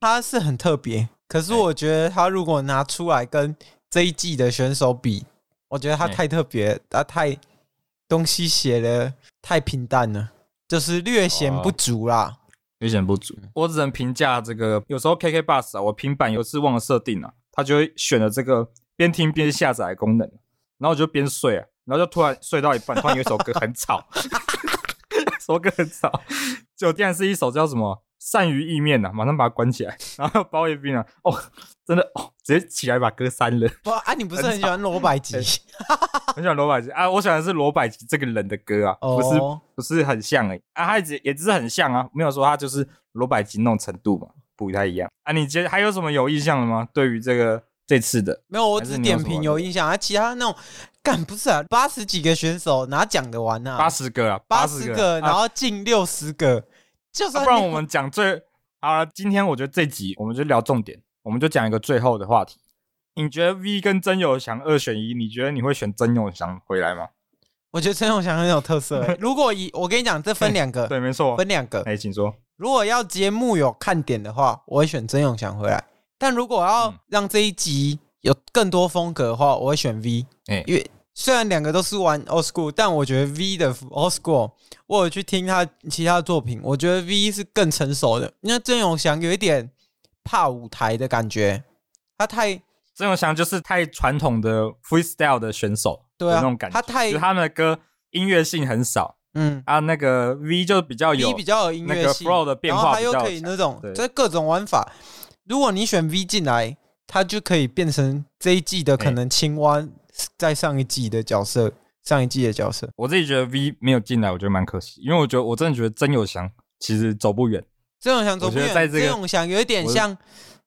[SPEAKER 3] 他是很特别，可
[SPEAKER 2] 哎
[SPEAKER 3] 是我觉得他如果拿出来跟这一季的选手比，我觉得他
[SPEAKER 2] 哎
[SPEAKER 3] 太特别，他太东西写的太平淡了，就是略显不
[SPEAKER 2] 哦
[SPEAKER 3] 足啦。
[SPEAKER 2] 有点不足。我只能评价这个，有时候 KK Bus 啊，我平板有一次忘了设定啊，它就会选了这个边听边下载的功能，然后我就边睡啊，然后就突然睡到一半，突然有一首歌很吵， 首歌很吵，就竟然是一首叫什么“鳝鱼意面”呐，啊马上把它关起来，然后包一冰啊，哦，真的哦，直接起来把歌删了。
[SPEAKER 3] 不啊，你不是很喜欢罗百
[SPEAKER 2] 哎
[SPEAKER 3] 吉？
[SPEAKER 2] 很喜欢罗百吉啊，我喜欢的是罗百吉这个人的歌啊，不是
[SPEAKER 3] 哦
[SPEAKER 2] 不是很像哎、啊，他也也只是很像啊，没有说他就是罗百吉那种程度嘛，不太一样啊。你觉得还有什么有印象的吗？对于这个这次的
[SPEAKER 3] 没有，我
[SPEAKER 2] 还
[SPEAKER 3] 只
[SPEAKER 2] 是
[SPEAKER 3] 是
[SPEAKER 2] 你有
[SPEAKER 3] 点
[SPEAKER 2] 什么
[SPEAKER 3] 评
[SPEAKER 2] 玩
[SPEAKER 3] 有印象啊，其他那种干不是啊，八十几个选手哪讲得完啊？
[SPEAKER 2] 八十个啊，
[SPEAKER 3] 八
[SPEAKER 2] 十
[SPEAKER 3] 十
[SPEAKER 2] 个
[SPEAKER 3] 个，，然
[SPEAKER 2] 啊
[SPEAKER 3] 后进六十个，就
[SPEAKER 2] 啊
[SPEAKER 3] 算
[SPEAKER 2] 不然
[SPEAKER 3] 你
[SPEAKER 2] 我们讲最好了。今天我觉得这集我们就聊重点，我们就讲一个最后的话题。你觉得 V 跟曾友祥二选一，你觉得你会选曾友祥回来吗？
[SPEAKER 3] 我觉得陈永祥很有特色 欸。如果以我跟你讲，这分两个，
[SPEAKER 2] 对，没错。
[SPEAKER 3] 呃分两个
[SPEAKER 2] 哎、。请说。
[SPEAKER 3] 如果要节目有看点的话，我会选曾永祥回来；但如果要
[SPEAKER 2] 嗯
[SPEAKER 3] 让这一集有更多风格的话，我会选 V。
[SPEAKER 2] 哎
[SPEAKER 3] 因为虽然两个都是玩 old school，但我觉得 V 的 old school，我有去听他其他作品，我觉得 V 是更成熟的。因为曾永祥有一点怕舞台的感觉，他太
[SPEAKER 2] 曾永祥就是太传统的 freestyle 的选手，
[SPEAKER 3] 对
[SPEAKER 2] 有
[SPEAKER 3] 啊
[SPEAKER 2] 那种感觉，
[SPEAKER 3] 他太
[SPEAKER 2] 就是他们的歌音乐性很少
[SPEAKER 3] 嗯
[SPEAKER 2] 啊，那个 V 就比较有
[SPEAKER 3] ，V 比较有音
[SPEAKER 2] 那
[SPEAKER 3] 乐
[SPEAKER 2] 个
[SPEAKER 3] 性，
[SPEAKER 2] flow 的变
[SPEAKER 3] 然后
[SPEAKER 2] 化
[SPEAKER 3] 他
[SPEAKER 2] 比
[SPEAKER 3] 又
[SPEAKER 2] 较
[SPEAKER 3] 可以
[SPEAKER 2] 强
[SPEAKER 3] 那种
[SPEAKER 2] 对
[SPEAKER 3] 这各种玩法。如果你选 V 进来，他就可以变成这一季的可
[SPEAKER 2] 哎
[SPEAKER 3] 能青蛙在上一季的角色，上一季的角色。
[SPEAKER 2] 我自己觉得 V 没有进来，我觉得蛮可惜，因为我觉得我真的觉得曾友祥其实走不远，
[SPEAKER 3] 这种想走
[SPEAKER 2] 我
[SPEAKER 3] 不
[SPEAKER 2] 觉得
[SPEAKER 3] 远，
[SPEAKER 2] 在这个
[SPEAKER 3] 这种想有一点
[SPEAKER 2] 我
[SPEAKER 3] 像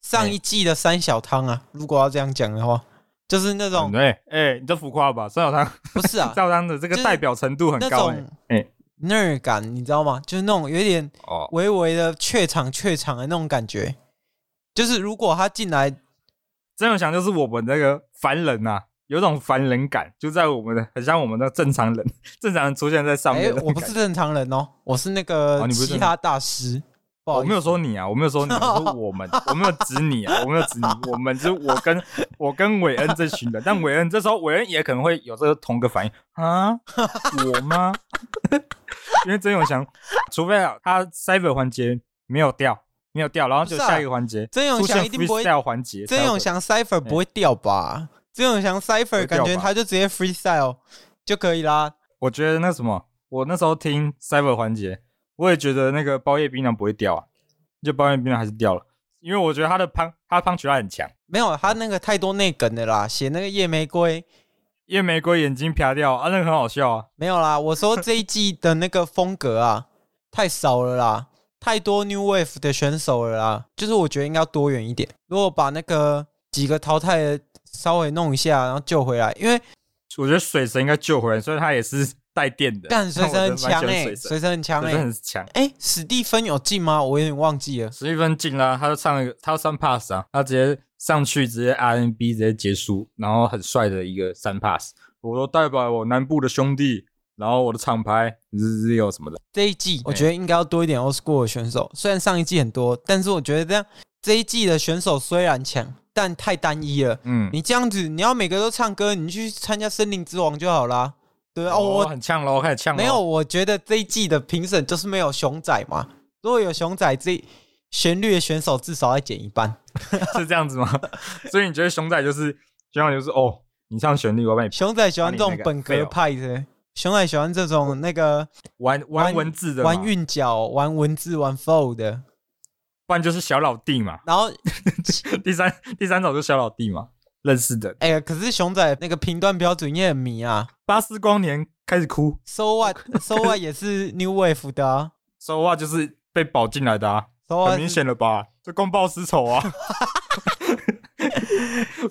[SPEAKER 3] 上一季的三小汤啊。如果要这样讲的话，就是那种
[SPEAKER 2] 对，哎、你这浮夸吧？曾友祥，
[SPEAKER 3] 不是啊
[SPEAKER 2] 曾，友祥 的这个
[SPEAKER 3] 就是
[SPEAKER 2] 代表程度很
[SPEAKER 3] 那
[SPEAKER 2] 高、
[SPEAKER 3] 种
[SPEAKER 2] 哎哎
[SPEAKER 3] 那儿感，你知道吗？就是那种有一点
[SPEAKER 2] 哎哦，
[SPEAKER 3] 微微的怯场、怯场的那种感觉。就是如果他进来，
[SPEAKER 2] 曾永祥就是我们那个凡人呐、有种凡人感，就在我们的很像我们的正常人， 正常人出现在上
[SPEAKER 3] 哎、
[SPEAKER 2] 面的那种
[SPEAKER 3] 我不
[SPEAKER 2] 感觉
[SPEAKER 3] 是正常人哦，我是那个
[SPEAKER 2] 哦你不是
[SPEAKER 3] 其
[SPEAKER 2] 正常
[SPEAKER 3] 他大师。不好
[SPEAKER 2] 我
[SPEAKER 3] 意
[SPEAKER 2] 没有
[SPEAKER 3] 思，
[SPEAKER 2] 说你啊，我没有 说你，我说我们，我没有指你啊，我没有指你，我们就是我跟我跟韦恩这群人，但韦恩这时候韦恩也可能会有这个同个反应啊，我吗？ 因为曾永祥，除非啊他 cyber 环节没有掉，没有掉，然后就
[SPEAKER 3] 不是啊
[SPEAKER 2] 下一个环节、
[SPEAKER 3] 曾永
[SPEAKER 2] 出现
[SPEAKER 3] 祥一定不会
[SPEAKER 2] freestyle 环节才有
[SPEAKER 3] 曾
[SPEAKER 2] 可能，
[SPEAKER 3] 永祥 Cipher 不会掉吧？曾永祥 Cipher
[SPEAKER 2] 哎会
[SPEAKER 3] 感
[SPEAKER 2] 掉
[SPEAKER 3] 觉
[SPEAKER 2] 吧
[SPEAKER 3] 他就直接 freestyle 就可以啦。
[SPEAKER 2] 我觉得那什么，我那时候听 Cyber 环节，我也觉得那个包夜槟榔不会掉啊，就包夜槟榔还是掉了，因为我觉得他的胖他胖曲他很强。
[SPEAKER 3] 没有，他那个太多内梗的啦，写那个夜玫瑰
[SPEAKER 2] 夜玫瑰眼睛啪掉啊，那个很好笑啊！
[SPEAKER 3] 没有啦。我说这一季的那个风格啊， 太少了啦，太多 New Wave 的选手了啦。就是我觉得应该要多元一点，如果把那个几个淘汰的稍微弄一下，然后救回来，因为
[SPEAKER 2] 我觉得水神应该救回来，虽然他也是带电的，
[SPEAKER 3] 干水神很
[SPEAKER 2] 但我觉得蛮
[SPEAKER 3] 强
[SPEAKER 2] 喜欢
[SPEAKER 3] 哎、
[SPEAKER 2] 水神
[SPEAKER 3] 水神很强哎、
[SPEAKER 2] 水神很强。
[SPEAKER 3] 哎，史蒂芬有进吗？我有点忘记了。
[SPEAKER 2] 十一分进啦，他就唱了一个，他三 pass 啊，他直接上去直接 R N B 直接结束，然后很帅的一个三 pass，我都代表我南部的兄弟，然后我的厂牌 Zio 什么的。
[SPEAKER 3] 这一季
[SPEAKER 2] 哎
[SPEAKER 3] 我觉得应该要多一点 old school 的选手，虽然上一季很多，但是我觉得这样这一季的选手虽然强，但太单一了。
[SPEAKER 2] 嗯，
[SPEAKER 3] 你这样子，你要每个都唱歌，你去参加《森林之王》就好啦。对啊哦，我
[SPEAKER 2] 很呛喽，开始呛咯
[SPEAKER 3] 没有，，我觉得这一季的评审就是没有熊仔嘛。如果有熊仔，这旋律的选手至少要减一半。
[SPEAKER 2] 是这样子吗？ 所以你觉得熊仔就是熊仔就是哦，你唱旋律我帮你
[SPEAKER 3] 熊仔喜欢这
[SPEAKER 2] 那
[SPEAKER 3] 种
[SPEAKER 2] 你那个
[SPEAKER 3] 本
[SPEAKER 2] 废
[SPEAKER 3] 格
[SPEAKER 2] 哦
[SPEAKER 3] 派的，熊仔喜欢这种那个
[SPEAKER 2] 玩玩文字的嘛，
[SPEAKER 3] 玩韵脚、玩文字、玩 flow 的。
[SPEAKER 2] 不然就是小老弟嘛。
[SPEAKER 3] 然后，
[SPEAKER 2] 第三第三种就是小老弟嘛，认识的。
[SPEAKER 3] 哎呀，可是熊仔那个评断标准也很迷啊。
[SPEAKER 2] 巴斯光年开始哭，
[SPEAKER 3] So what？So what 也是 New Wave 的啊。
[SPEAKER 2] 说话就是被保进来的啊，很
[SPEAKER 3] So what？
[SPEAKER 2] 明显了吧？这公报私仇啊，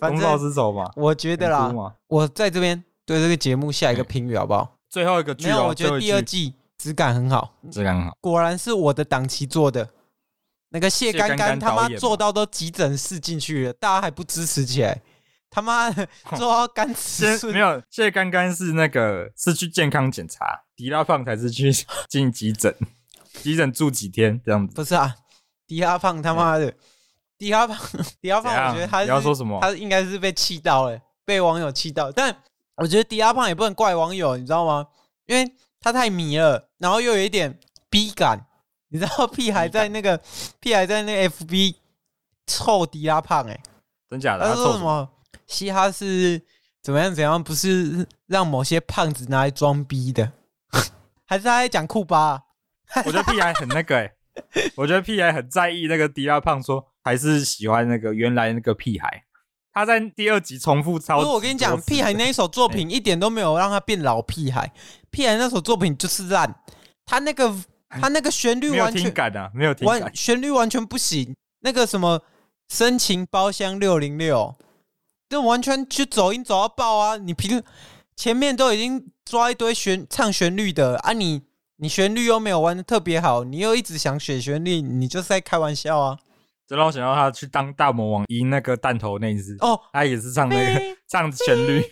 [SPEAKER 3] 反
[SPEAKER 2] 公报
[SPEAKER 3] 正
[SPEAKER 2] 私仇嘛，
[SPEAKER 3] 我觉得
[SPEAKER 2] 很
[SPEAKER 3] 啦
[SPEAKER 2] 酷，嘛。
[SPEAKER 3] 我在这边对这个节目下一个评语好不好？
[SPEAKER 2] 最后一个剧
[SPEAKER 3] 没有，
[SPEAKER 2] 哦，
[SPEAKER 3] 我觉得第
[SPEAKER 2] 最后
[SPEAKER 3] 二
[SPEAKER 2] 一句
[SPEAKER 3] 季质感很好，
[SPEAKER 2] 质感很好。
[SPEAKER 3] 果然是我的档期做的。那个谢
[SPEAKER 2] 谢
[SPEAKER 3] 干
[SPEAKER 2] 干
[SPEAKER 3] 干
[SPEAKER 2] 干
[SPEAKER 3] 他妈
[SPEAKER 2] 导演嘛
[SPEAKER 3] 做到都急诊室进去了，大家还不支持起来，他妈的做到干吃
[SPEAKER 2] 先
[SPEAKER 3] 顺
[SPEAKER 2] 没有，谢刚刚是那个是去健康检查，迪拉胖才是去进急诊，急诊住几天这样子。
[SPEAKER 3] 不是啊，迪拉胖他妈的，迪拉胖， 迪拉胖，
[SPEAKER 2] 嗯怎样
[SPEAKER 3] 我觉得他是
[SPEAKER 2] 你要说什么
[SPEAKER 3] 他应该是被气到了，被网友气到。但我觉得迪拉胖也不能怪网友，你知道吗？因为他太迷了，然后又有一点逼感，你知道屁孩在那
[SPEAKER 2] 嗯
[SPEAKER 3] 个屁孩在那个 FB 臭迪拉胖哎、
[SPEAKER 2] 真假的？
[SPEAKER 3] 他
[SPEAKER 2] 他
[SPEAKER 3] 说
[SPEAKER 2] 啊臭
[SPEAKER 3] 什
[SPEAKER 2] 什么？
[SPEAKER 3] 么嘻哈是怎么样怎样，不是让某些胖子拿来装逼的， 还是他在讲库巴啊、
[SPEAKER 2] 我觉得屁孩很那个哎、我觉得屁孩很在意那个迪拉胖说，还是喜欢那个原来那个屁孩。他在第二集重复抄。
[SPEAKER 3] 不是，我跟你讲，屁孩那一首作品一点都没有让他变老屁孩，屁孩那首作品就是烂，他那个他那个旋律
[SPEAKER 2] 哎没有
[SPEAKER 3] 完
[SPEAKER 2] 听
[SPEAKER 3] 全
[SPEAKER 2] 感啊，没有听
[SPEAKER 3] 完
[SPEAKER 2] 感。
[SPEAKER 3] 旋律完全不行，那个什么深情包厢六零六，这完全就走音走到爆啊！你平前面都已经抓一堆旋唱旋律的啊你，你旋律又没有玩的特别好，你又一直想选旋律，你就是在开玩笑啊！
[SPEAKER 2] 这让我想到他去当大魔王赢那个弹头那一次，
[SPEAKER 3] 哦，
[SPEAKER 2] 他也是唱那
[SPEAKER 3] 飞
[SPEAKER 2] 个 唱旋律。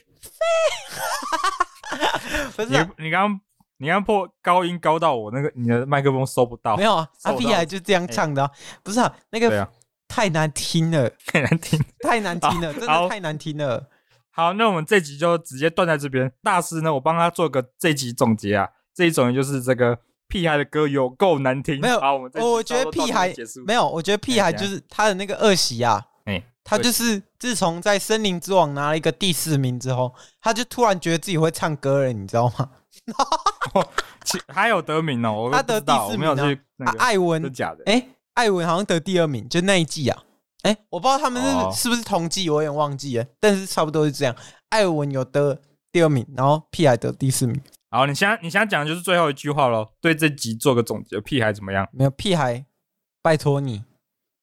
[SPEAKER 3] 不是
[SPEAKER 2] 你
[SPEAKER 3] 啊、
[SPEAKER 2] 你刚刚你刚刚破高音高到我那个你的麦克风收不到
[SPEAKER 3] 没，有啊，
[SPEAKER 2] 受
[SPEAKER 3] 啊
[SPEAKER 2] 到
[SPEAKER 3] 屁孩就这样唱的、啊，不是啊，那
[SPEAKER 2] 对
[SPEAKER 3] 个
[SPEAKER 2] 啊，
[SPEAKER 3] 太难听了。
[SPEAKER 2] 很难听。
[SPEAKER 3] 太难听了，真 的
[SPEAKER 2] 好
[SPEAKER 3] 太难听了。
[SPEAKER 2] 好，那我们这集就直接断在这边。大师呢，我帮他做个这集总结啊。这一种就是这个屁孩的歌有够难听。
[SPEAKER 3] 没有
[SPEAKER 2] 好，我们这集
[SPEAKER 3] 我觉得屁孩
[SPEAKER 2] 差不多到这边结束。
[SPEAKER 3] 没有，我觉得屁孩就是他的那个恶习啊，
[SPEAKER 2] 哎，
[SPEAKER 3] 他就是自从在《森林之王》拿了一个第四名之后，他就突然觉得自己会唱歌了，你知道吗？
[SPEAKER 2] 其还有得名哦，我
[SPEAKER 3] 他
[SPEAKER 2] 不
[SPEAKER 3] 得
[SPEAKER 2] 知道
[SPEAKER 3] 第四
[SPEAKER 2] 我没有
[SPEAKER 3] 名啊
[SPEAKER 2] 去那
[SPEAKER 3] 啊
[SPEAKER 2] 个，
[SPEAKER 3] 艾
[SPEAKER 2] 真
[SPEAKER 3] 文，
[SPEAKER 2] 假的？
[SPEAKER 3] 哎，艾文好像得第二名，就那一季啊。哎，我不知道他们是、
[SPEAKER 2] 哦
[SPEAKER 3] 是不是同季，我有点忘记了，但是差不多是这样。艾文有得第二名，然后屁孩得第四名，
[SPEAKER 2] 好，你现在你现在讲的就是最后一句话喽，对这集做个总结，屁孩怎么样？
[SPEAKER 3] 没有屁孩，拜托你，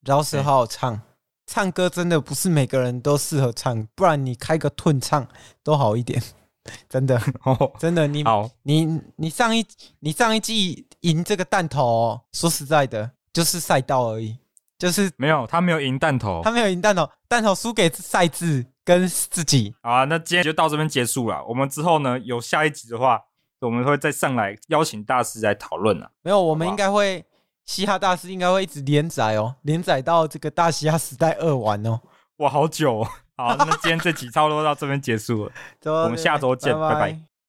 [SPEAKER 3] 饶舌好好唱，唱歌真的不是每个人都适合唱，不然你开个吞唱都好一点， 真的
[SPEAKER 2] 哦，
[SPEAKER 3] 真的，你
[SPEAKER 2] 好，
[SPEAKER 3] 你你上一你上一季赢这个弹头、哦，说实在的，就是赛道而已，就是
[SPEAKER 2] 没有，他没有赢弹头
[SPEAKER 3] 他。没有赢弹头，弹头输给赛制跟自己，
[SPEAKER 2] 好啊，那今天就到这边结束了。我们之后呢，有下一集的话，我们会再上来邀请大师来讨论了。啊
[SPEAKER 3] 没有，我们
[SPEAKER 2] 好吧
[SPEAKER 3] 应该会。嘻哈大师应该会一直连载哦，连载到这个大嘻哈时代二完哦。
[SPEAKER 2] 哇，好久、哦。好，那今天这集差不多到这边结束了。
[SPEAKER 3] 我
[SPEAKER 2] 们下周见拜拜
[SPEAKER 3] 拜